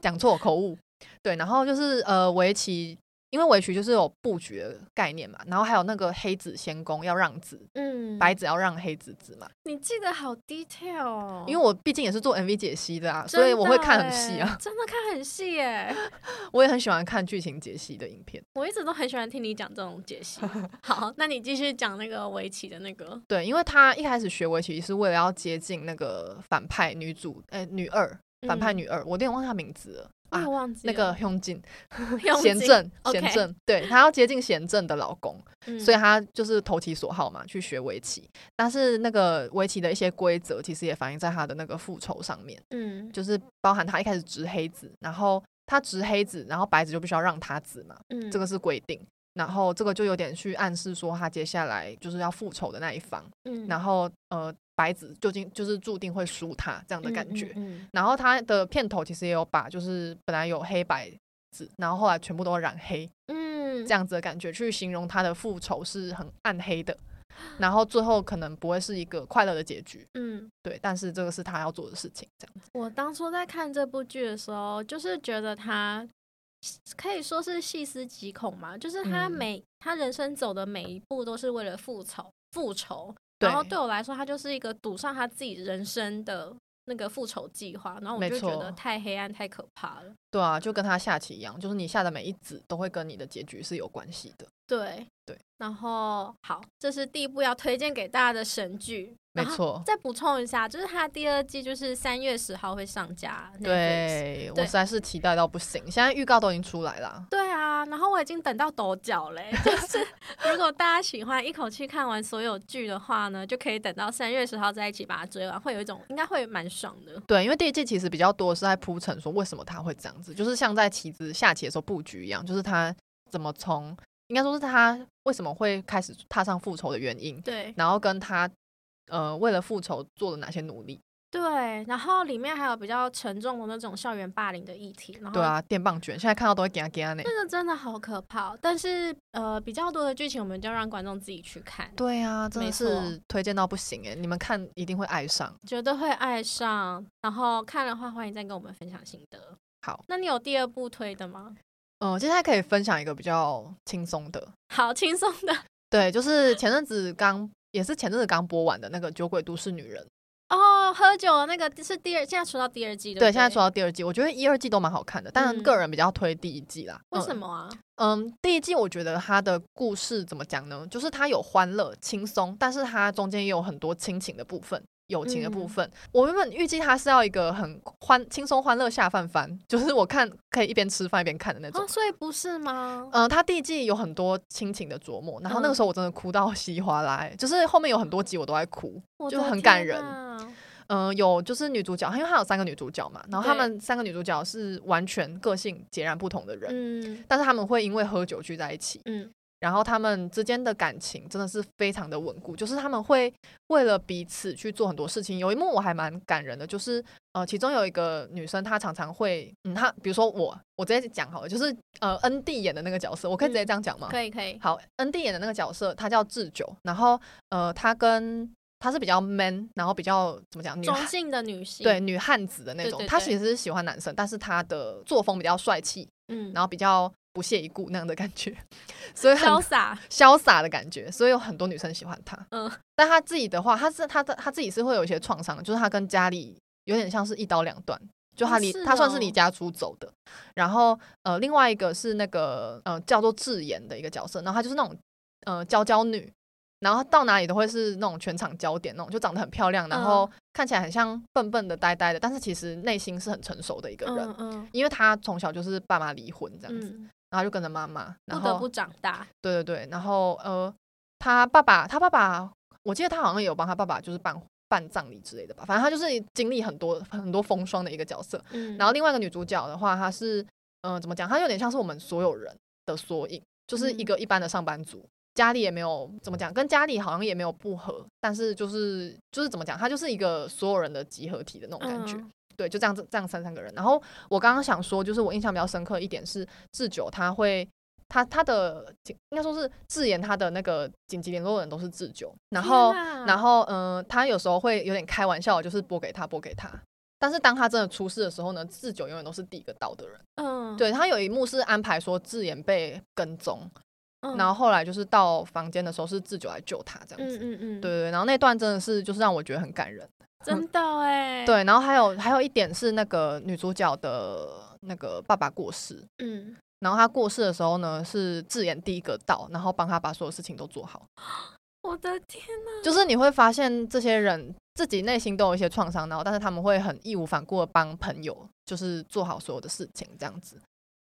B: 讲错口误，对，然后就是呃围棋因为尾曲就是有布局的概念嘛，然后还有那个黑子先攻要让子，
A: 嗯，
B: 白子要让黑子子嘛，
A: 你记得好 detail 哦，
B: 因为
A: 为
B: 我毕竟也是做 MV 解析的啊，所以我会看很细啊，，
A: 真的欸看很细 耶，
B: 我也很喜欢看剧情解析的影片。
A: 我一直都很喜欢听你讲这种解 析。好，那你继续讲那个围棋的那个，
B: 对，因为他一开始学围棋是为了要接近那个反派女主，哎、女二，反派
A: 嗯
B: 女二，我有点忘记她名字了。
A: 我
B: 啊
A: 也忘记
B: 那个胸 进
A: 贤
B: 贤正，
A: OK 嗯
B: 贤正，对她要接近贤正的老公，所以
A: 以
B: 她就是投其所好嘛，去学围棋。但是那个围棋的一些规则，其实也反映在她的那个复仇上面，
A: 嗯
B: 就是包含她一开始执黑子，然后她执黑子，然后白子就必须要让她子嘛，
A: 嗯
B: 这个是规定。然后这个就有点去暗示说，她接下来就是要复仇的那一方。
A: 嗯
B: 然后呃，白子究竟就是注定会输他这样的感觉。
A: 嗯
B: 然后他的片头其实也有把，就是本来有黑白子，然后后来全部都染黑
A: 嗯
B: 这样子的感觉，去形容他的复仇是很暗黑的。然后最后可能不会是一个快乐的结局，
A: 嗯，
B: 对，但是这个是他要做的事情，这样子。
A: 我当初在看这部剧的时候，就是觉得他可以说是细思极恐嘛，就是他
B: 嗯
A: 每、他人生走的每一步都是为了复仇，复仇。
B: 对
A: 然后对我来说，他就是一个赌上他自己人生的那个复仇计划，然后我
B: 没
A: 就觉
B: 错
A: 得太黑暗、太可怕了。
B: 对啊，就跟他下棋一样，就是你下的每一子都会跟你的结局是有关系的，
A: 对
B: 对，
A: 然后好，这是第一部要推荐给大家的神剧。
B: 没
A: 然后
B: 错。
A: 再补充一下，就是它第二季就是三月十号会上架。，
B: 对我
A: 对
B: 实在是期待到不行，现在预告都已经出来啦，
A: 对啊，然后我已经等到抖脚嘞、 就是如果大家喜欢一口气看完所有剧的话呢，就可以等到三月十号再一起把它追完，会有一种应该会蛮爽的。
B: 对，因为第一季其实比较多是在铺陈说为什么他会这样子，就是像在棋子下棋的时候布局一样，就是他怎么从，应该说是他为什么会开始踏上复仇的原因，
A: 对
B: 然后跟他呃为了复仇做了哪些努力。
A: 对，然后里面还有比较沉重的那种校园霸凌的议题，然后
B: 对啊，电棒卷现在看到都会给他给他呢。
A: 那个哦真的好可怕哦。但是呃，比较多的剧情我们就让观众自己去看。
B: 对啊，真
A: 没
B: 的
A: 错
B: 是推荐到不行哎，你们看一定会爱上。
A: 绝对会爱上。然后看的话，欢迎再跟我们分享心得。
B: 好，
A: 那你有第二部推的吗？
B: 嗯、接下来可以分享一个比较轻松的，
A: 好轻松的
B: 对，就是前阵子刚也是前阵子刚播完的那个《酒鬼都市女人》。
A: 哦，喝酒的那个是第二，现在出到第二季对
B: 对，
A: 不
B: 现在出到第二季，我觉得一、二季都蛮好看的，但
A: 嗯
B: 个人比较推第一季啦。
A: 为什
B: 嗯？
A: 么啊？
B: 嗯，第一季我觉得它的故事怎么讲呢？就是它有欢乐、轻松，但是它中间也有很多亲情的部分。友情的部
A: 嗯
B: 分，我原本预计它是要一个很欢、轻松、欢乐下饭番， 就是我看可以一边吃饭一边看的那种
A: 哦，。所以不是吗？
B: 嗯、它第一季有很多亲情的琢磨，然后
A: 嗯
B: 那个时候我真的哭到稀里哗啦、欸就是后面有很多集我都在哭。
A: 我
B: 就
A: 的
B: 很
A: 天
B: 感人
A: 啊
B: 嗯、有就是女主角，因为她有三个女主角嘛，然后她
A: 对
B: 们三个女主角是完全个性截然不同的人，
A: 嗯
B: 但是她们会因为喝酒聚在一起，
A: 嗯，
B: 然后她们之间的感情真的是非常的稳固，就是她们会为了彼此去做很多事情。有一幕我还蛮感人的，就是呃，其中有一个女生，她常常会，嗯，她比如说我，我直接讲好了，就是呃，恩蒂演的那个角色，我可以直接这样讲吗？
A: 嗯可以可以，
B: 好，恩蒂演的那个角色，她叫智久，然后呃，她跟她是比较 man，然后比较怎么讲，女
A: 中
B: 汉
A: 性的女性
B: 对，女汉子的那
A: 对
B: 种
A: 对。
B: 她
A: 对
B: 其实是喜欢男生，但是她的作风比较帅气，
A: 嗯，
B: 然后比较不屑一顾那样的感觉， 所以很
A: 潇洒，
B: 潇洒的感觉，所以有很多女生喜欢她。
A: 嗯，
B: 但她自己的话，她是她的她自己是会有一些创伤的，就是她跟家里有点像是一刀两断。就她
A: 哦
B: 离、
A: 是
B: 她算是
A: 哦
B: 离家出走的，然后呃，另外一个是那个呃叫做智妍的一个角色，然后她就是那种呃娇娇女，然后到哪里都会是那种全场焦点那种，就长得很漂亮，然
A: 嗯
B: 后看起来很像笨笨的呆呆的，但是其实内心是很成熟的一个人，
A: 嗯嗯
B: 因为她从小就是爸妈离婚这样子，
A: 嗯，
B: 然后就跟着妈妈，然
A: 不
B: 后
A: 得不长大，
B: 对对对，然后呃，他爸爸，他爸爸，我记得他好像也有帮他爸爸，就是办办葬礼之类的吧。反正他就是经历很多很多风霜的一个角色。
A: 嗯，
B: 然后另外一个女主角的话，她是嗯、呃怎么讲？她有点像是我们所有人的缩影，就是一
A: 嗯
B: 个一般的上班族，家里也没有怎么讲，跟家里好像也没有不和，但是就是就是怎么讲，她就是一个所有人的集合体的那种感觉。
A: 嗯
B: 对，就这样子，这样三三个人。然后我刚刚想说，就是我印象比较深刻一点是智久他会。他他的紧应该说是智妍，他的那个紧急联络人都是智久，然后
A: 天哪
B: 然后嗯、呃他有时候会有点开玩笑，就是拨给他拨给他，但是当他真的出事的时候呢，智久永远都是第一个到的人。
A: 嗯，
B: 对他有一幕是安排说智妍被跟踪，
A: 嗯，
B: 然后后来就是到房间的时候是智久来救他这样
A: 嗯
B: 子。
A: 嗯嗯，
B: 对，对对，然后那段真的是就是让我觉得很感人。
A: 真的哎，，
B: 对，然后还有还有一点是那个女主角的那个爸爸过世，
A: 嗯，
B: 然后他过世的时候呢是智妍第一个到，然后帮他把所有事情都做好。
A: 我的天哪，
B: 就是你会发现这些人自己内心都有一些创伤，然后但是他们会很义无反顾的帮朋友，就是做好所有的事情这样子。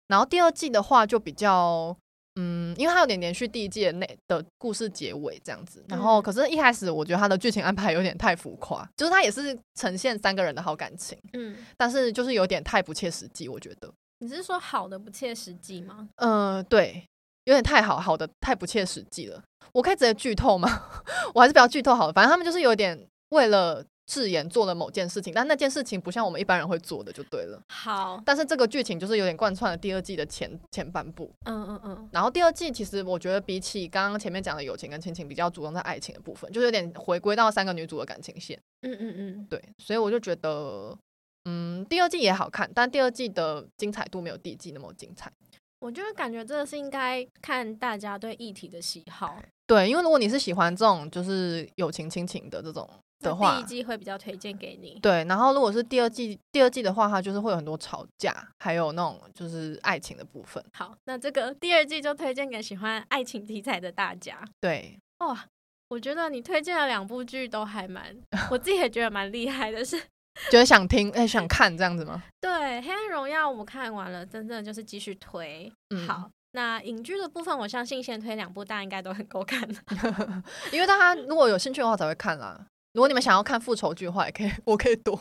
B: 然后第二季的话就比较，嗯，因为它有点连续第一季的内的故事结尾这样子。然后
A: 嗯
B: 可是，一开始我觉得它的剧情安排有点太浮夸，就是它也是呈现三个人的好感情，
A: 嗯，
B: 但是就是有点太不切实际，我觉得。
A: 你是说好的不切实际吗？
B: 嗯，对，有点太好，好的太不切实际了。我可以直接剧透吗？ 我还是不要剧透好了。反正他们就是有点为了智妍做了某件事情，但那件事情不像我们一般人会做的，就对了。
A: 好，
B: 但是这个剧情就是有点贯穿了第二季的前前半部。
A: 嗯嗯嗯，
B: 然后第二季其实我觉得比起刚刚前面讲的友情跟亲情，比较注重在爱情的部分，就是有点回归到三个女主的感情线。
A: 嗯嗯嗯，
B: 对，所以我就觉得，嗯，第二季也好看，但第二季的精彩度没有第一季那么精彩。
A: 我就是感觉这个是应该看大家对议题的喜好
B: 对，因为如果你是喜欢这种就是友情亲情的这种
A: 那
B: 的话，
A: 第一季会比较推荐给你。
B: 对，然后如果是第二季，第二季的话，它就是会有很多吵架，还有那种就是爱情的部分。
A: 好，那这个第二季就推荐给喜欢爱情题材的大家。
B: 对，
A: 哇，我觉得你推荐的两部剧都还蛮，我自己也觉得蛮厉害的是。
B: 觉得想听，哎、想看这样子吗？
A: 对《黑暗荣耀》我看完了，真的就是继续推。
B: 嗯，
A: 好，那影剧的部分，我相信先推两部，大家应该都很够看了。
B: 因为大家如果有兴趣的话才会看啦。如果你们想要看复仇剧的话，也可以，我可以多。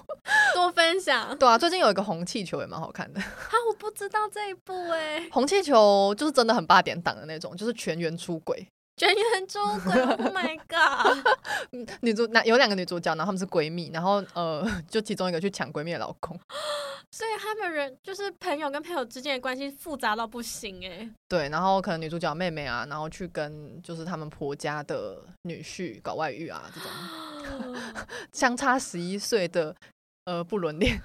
A: 多分享。
B: 对啊，最近有一个红气球也蛮好看的，
A: 啊，我不知道这一部哎、
B: 红气球就是真的很八点档的那种，就是全员出轨，
A: 全员出轨！Oh my god！
B: 嗯女主那有两个女主角，然后她们是闺蜜，然后呃，就其中一个去抢闺蜜的老公。
A: 所以他们人就是朋友跟朋友之间的关系复杂到不行哎、
B: 对，然后可能女主角妹妹啊，然后去跟就是他们婆家的女婿搞外遇啊，这种相差十一岁的呃不伦恋。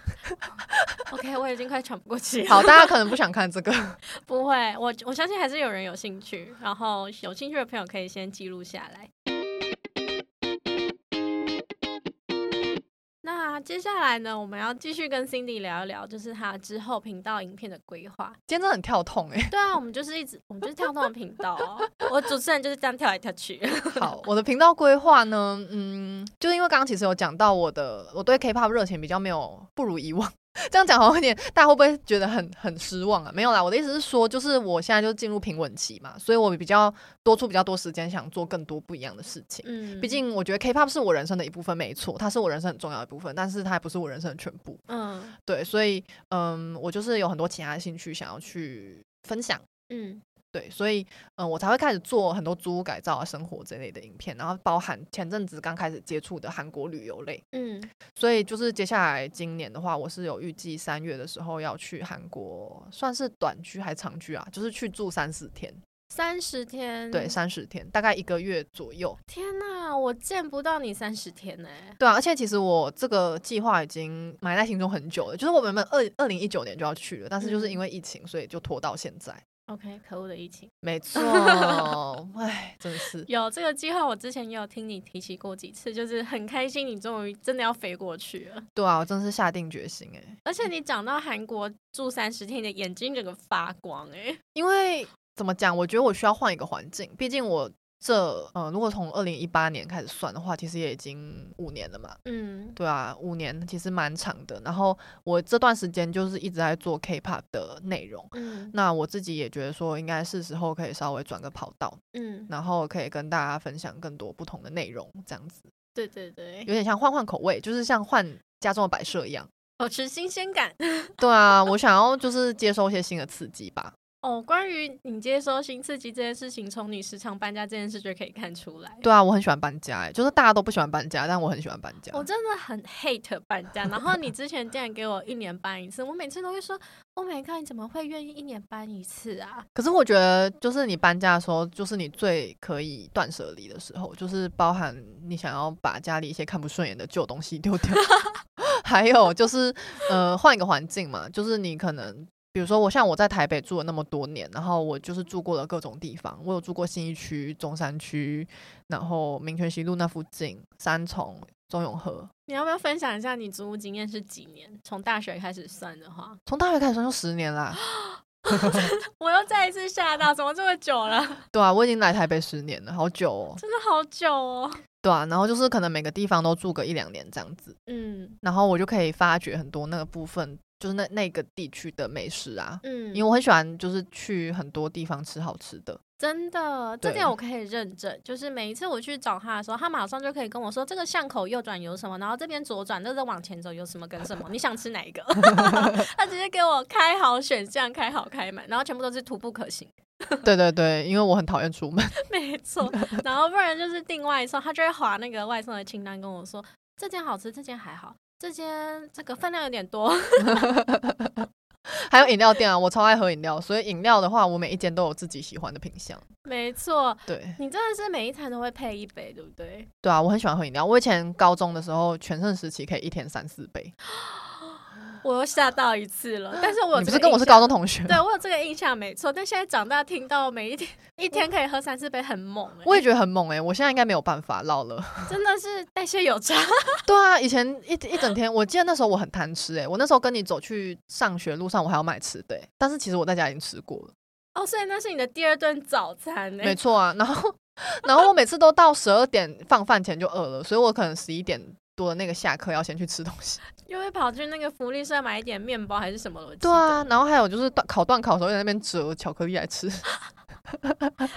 A: OK，我已经快喘不过气了。
B: 好，大家可能不想看这个，
A: 不会，我我相信还是有人有兴趣，然后有兴趣的朋友可以先记录下来。那接下来呢，我们要继续跟 Cindy 聊一聊，就是她之后频道影片的规划。
B: 今天真的很跳痛哎、
A: 对啊，我们就是一直，我们就是跳动的频道哦。我主持人就是这样跳来跳去。
B: 好，我的频道规划呢，嗯，就是因为刚刚其实有讲到我的我对 K-pop 热情比较没有不如以往。 这样讲好像有点，大家会不会觉得很很失望啊？没有啦，我的意思是说，就是我现在就进入平稳期嘛，所以我比较多出比较多时间，想做更多不一样的事情。
A: 嗯，
B: 毕，竟我觉得 K-pop 是我人生的一部分，没错，它是我人生很重要的一部分，但是它还不是我人生的全部。
A: 嗯
B: 对，所以嗯，我就是有很多其他的兴趣想要去分享。
A: 嗯
B: 对，所以嗯，我才会开始做很多租屋改造啊、生活这类的影片，然后包含前阵子刚开始接触的韩国旅游类。
A: 嗯，
B: 所以就是接下来今年的话，我是有预计三月的时候要去韩国，算是短居还长居啊，就是去住三四天，
A: 三十天，
B: 对，三十天，大概一个月左右。
A: 天哪，我见不到你三十天呢、
B: 对啊，而且其实我这个计划已经埋在心中很久了，就是我原本二二零一九年就要去了，但是就是因为疫情，所以就拖到现在。
A: OK，可恶的疫情。
B: 没错，哎，真的是。
A: 有这个计划，我之前也有听你提起过几次，就是很开心你终于真的要飞过去了。
B: 对啊，我真的是下定决心哎、
A: 而且你讲到韩国住三十天，你的眼睛整个发光哎、
B: 因为怎么讲，我觉得我需要换一个环境，毕竟我这呃，如果从二零一八年开始算的话，其实也已经五年了嘛。
A: 嗯
B: 对啊，五年其实蛮长的。然后我这段时间就是一直在做 K-pop 的内容，
A: 嗯
B: 那我自己也觉得说，应该是时候可以稍微转个跑道。
A: 嗯，
B: 然后可以跟大家分享更多不同的内容，这样子
A: 对对对
B: 有，点像换换口味，就是像换家中的摆设一样。
A: 保持新鲜感。
B: 对啊，我想要就是接收一些新的刺激吧。
A: 哦，关于你接收新刺激这件事情，从你时常搬家这件事就可以看出来。
B: 对啊，我很喜欢搬家、欸，就是大家都不喜欢搬家，但我很喜欢搬家。
A: 我真的很 hate 搬家，然后你之前竟然给我一年搬一次，我每次都会说，Oh my god，你怎么会愿意一年搬一次啊？
B: 可是我觉得，就是你搬家的时候，就是你最可以断舍离的时候，就是包含你想要把家里一些看不顺眼的旧东西丢掉。还有就是呃，换一个环境嘛，就是你可能。比如说，我像我在台北住了那么多年，然后我就是住过了各种地方，我有住过信义区、中山区，然后民权西路那附近、三重、中永和。
A: 你要不要分享一下你租屋经验是几年？从大学开始算的话，
B: 从大学开始算就十年啦，
A: 我又再一次吓到，怎么这么久了？
B: 对啊，我已经来台北十年了，好久哦，
A: 真的好久哦。
B: 对啊，然后就是可能每个地方都住个一两年这样子，
A: 嗯
B: 然后我就可以发掘很多那个部分，就是那那个地区的美食啊，
A: 嗯，
B: 因为我很喜欢就是去很多地方吃好吃 的，
A: 真的，这
B: 对
A: 点我可以认证。就是每一次我去找他的时候，他马上就可以跟我说这个巷口右转有什么，然后这边左转，这是往前走有什么跟什么，你想吃哪一个？ 他直接给我开好选项，开好开满，然后全部都是徒步可行。
B: 对对对，因为我很讨厌出门，
A: 没错，然后不然就是订外送，他就会划那个外送的清单跟我说，这间好吃，这间还好，这间这个分量有点多。
B: 还有饮料店啊，我超爱喝饮料，所以饮料的话，我每一间都有自己喜欢的品相，
A: 没错，
B: 对
A: 你真的是每一餐都会配一杯，对不对？
B: 对啊，我很喜欢喝饮料，我以前高中的时候全盛时期可以一天三四杯，
A: 我又吓到一次了，但是 我有
B: 你不
A: 这
B: 是
A: 个
B: 跟我
A: 印
B: 是
A: 象
B: 高中同学吗？
A: 对我有这个印象没错，但现在长大听到每一天一天可以喝三四杯很猛、欸，
B: 我也觉得很猛哎、我现在应该没有办法，老了。
A: 真的是代谢有差。
B: 对啊，以前一一整天，我记得那时候我很贪吃哎、我那时候跟你走去上学路上，我还要买吃的、欸，但是其实我在家已经吃过了，
A: 哦，所以那是你的第二顿早餐呢、
B: 没错啊。然后，然后我每次都到十二点放饭前就饿了，所以我可能十一点多的那个下课要先去吃东 西。
A: 又会跑去那个福利社买一点面包还是什么？我记
B: 对
A: 得，
B: 啊，然后还有就是断烤断烤的时候在那边折巧克力来吃，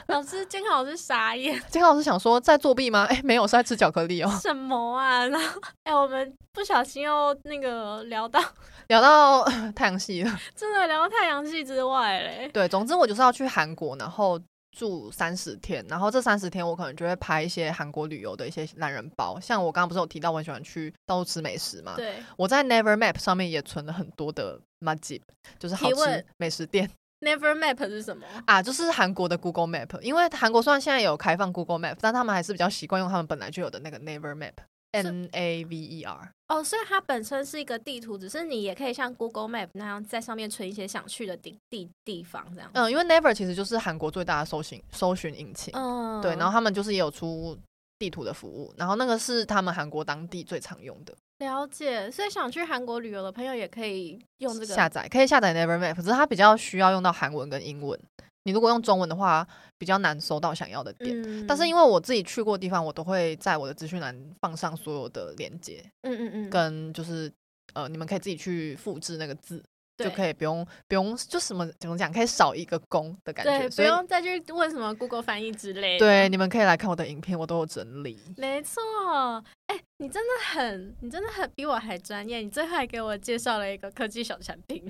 A: 老师监考老师傻眼。
B: 监考老师想说在作弊吗？哎、没有，是在吃巧克力哦。
A: 什么啊？然后，哎、我们不小心又那个聊到，
B: 聊到 太阳系了，
A: 真的聊到太阳系之外嘞。
B: 对，总之我就是要去韩国，然后住三十天，然后这三十天我可能就会拍一些韩国旅游的一些懒人包。像我刚刚不是有提到我很喜欢去到处吃美食嘛？
A: 对，
B: 我在 Never Map 上面也存了很多的 m a g i 就是好
A: 提问
B: 吃美食店
A: Never Map 是什么？
B: 啊，就是韩国的 Google Map。因为韩国虽然现在有开放 Google Map，但他们还是比较习惯用他们本来就有的那个 Never Map。N A V E R，
A: 哦，所以它本身是一个地图，只是你也可以像 Google Map 那样在上面存一些想去的地地地方这样。
B: 嗯，因为 Never 其实就是韩国最大的搜寻搜寻引擎，
A: 嗯
B: 对，然后他们就是也有出地图的服务，然后那个是他们韩国当地最常用的，
A: 了解，所以想去韩国旅游的朋友也可以用这个
B: 下载可以下载 Never Map，只是它比较需要用到韩文跟英文。你如果用中文的话，比较难搜到想要的点。
A: 嗯
B: 但是因为我自己去过的地方，我都会在我的资讯栏放上所有的链接，
A: 嗯嗯嗯，
B: 跟就是呃，你们可以自己去复制那个字，就可
A: 以。
B: 以不用不用就什么怎么讲，可以少一个工的感
A: 对，
B: 觉。
A: 不
B: 所以
A: 用再去问什么 Google 翻译之类的。
B: 对，你们可以来看我的影片，我都有整理。
A: 没错，哎、你真的很，你真的很比我还专业。你最后还给我介绍了一个科技小产品，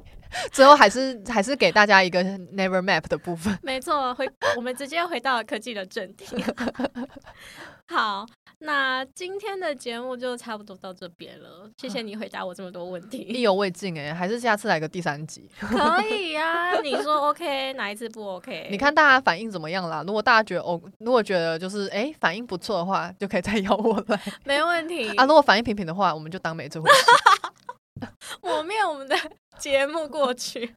B: 最后还是还是给大家一个 Never Map 的部 分。
A: 没错，回我们直接回到了科技的正题。 好，那今天的节目就差不多到这边了，谢谢你回答我这么多问
B: 意
A: 题。
B: 犹未尽哎、还是下次来个第三集，
A: 可以呀、你说 OK，哪一次不 OK？
B: 你，看大家反应怎么样啦？如果大家觉得哦，如果觉得就是哎、诶反应不错的话，就可以再邀 我来
A: 没问题
B: 啊。如果反应平平的话，我们就当没这回事。
A: 抹灭我们的 节目过去。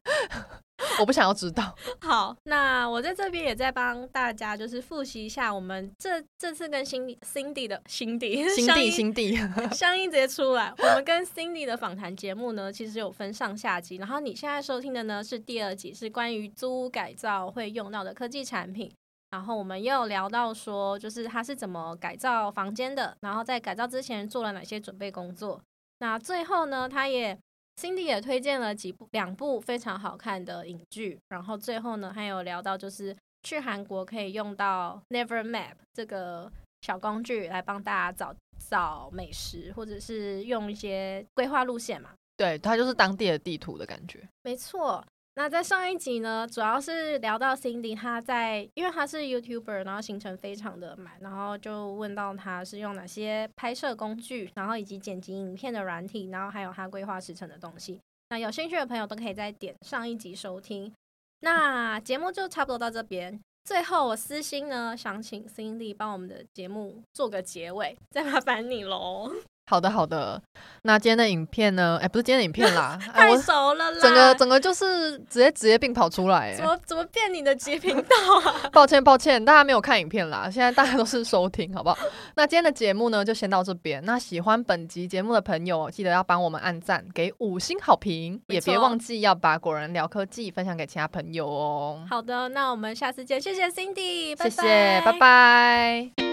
B: 我不想要知 道，
A: 好，那我在这边也在帮大家，就是复习一下我们这这次跟 Cindy Cindy 的 Cindy
B: 心
A: 相
B: 地
A: 依
B: 心地，
A: 相应直接出来。我们跟 Cindy 的访谈节目呢，其实有分上下集。然后你现在收听的呢是第二集，是关于租屋改造会用到的科技产品。然后我们也有聊到说，就是它是怎么改造房间的，然后在改造之前做了哪些准备工作。那最后呢，他也 Cindy 也推荐了几部两部非常好看的影剧。然后最后呢，还有聊到就是去韩国可以用到 Never Map 这个小工具来帮大家找找美食，或者是用一些规划路线嘛。
B: 对，它就是当地的地图的感觉。
A: 没错。那在上一集呢，主要是聊到 Cindy，她在因为她是 YouTuber，然后行程非常的满，然后就问到她是用哪些拍摄工具，然后以及剪辑影片的软体，然后还有她规划时程的东西。那有兴趣的朋友都可以再点上一集收听。那节目就差不多到这边。最后，我私心呢想请 Cindy 帮我们的节目做个结尾，再麻烦你喽。
B: 好的，好的。那今天的影片呢？哎、不是今天的影片 啦，哎，
A: 太
B: 我
A: 熟了啦！
B: 整个整个就是直接职业病跑出来、
A: 怎
B: 哎，
A: 么怎么变你的极频道啊？
B: 抱歉抱歉，大家没有看影片啦，现在大家都是收听，好不好？那今天的节目呢，就先到这边。那喜欢本集节目的朋友，记得要帮我们按赞，给五星好评，
A: 没
B: 也别
A: 错
B: 忘记要把《果然聊科技》分享给其他朋友哦。
A: 好的，那我们下次见，谢谢 Cindy，
B: 谢谢，拜拜。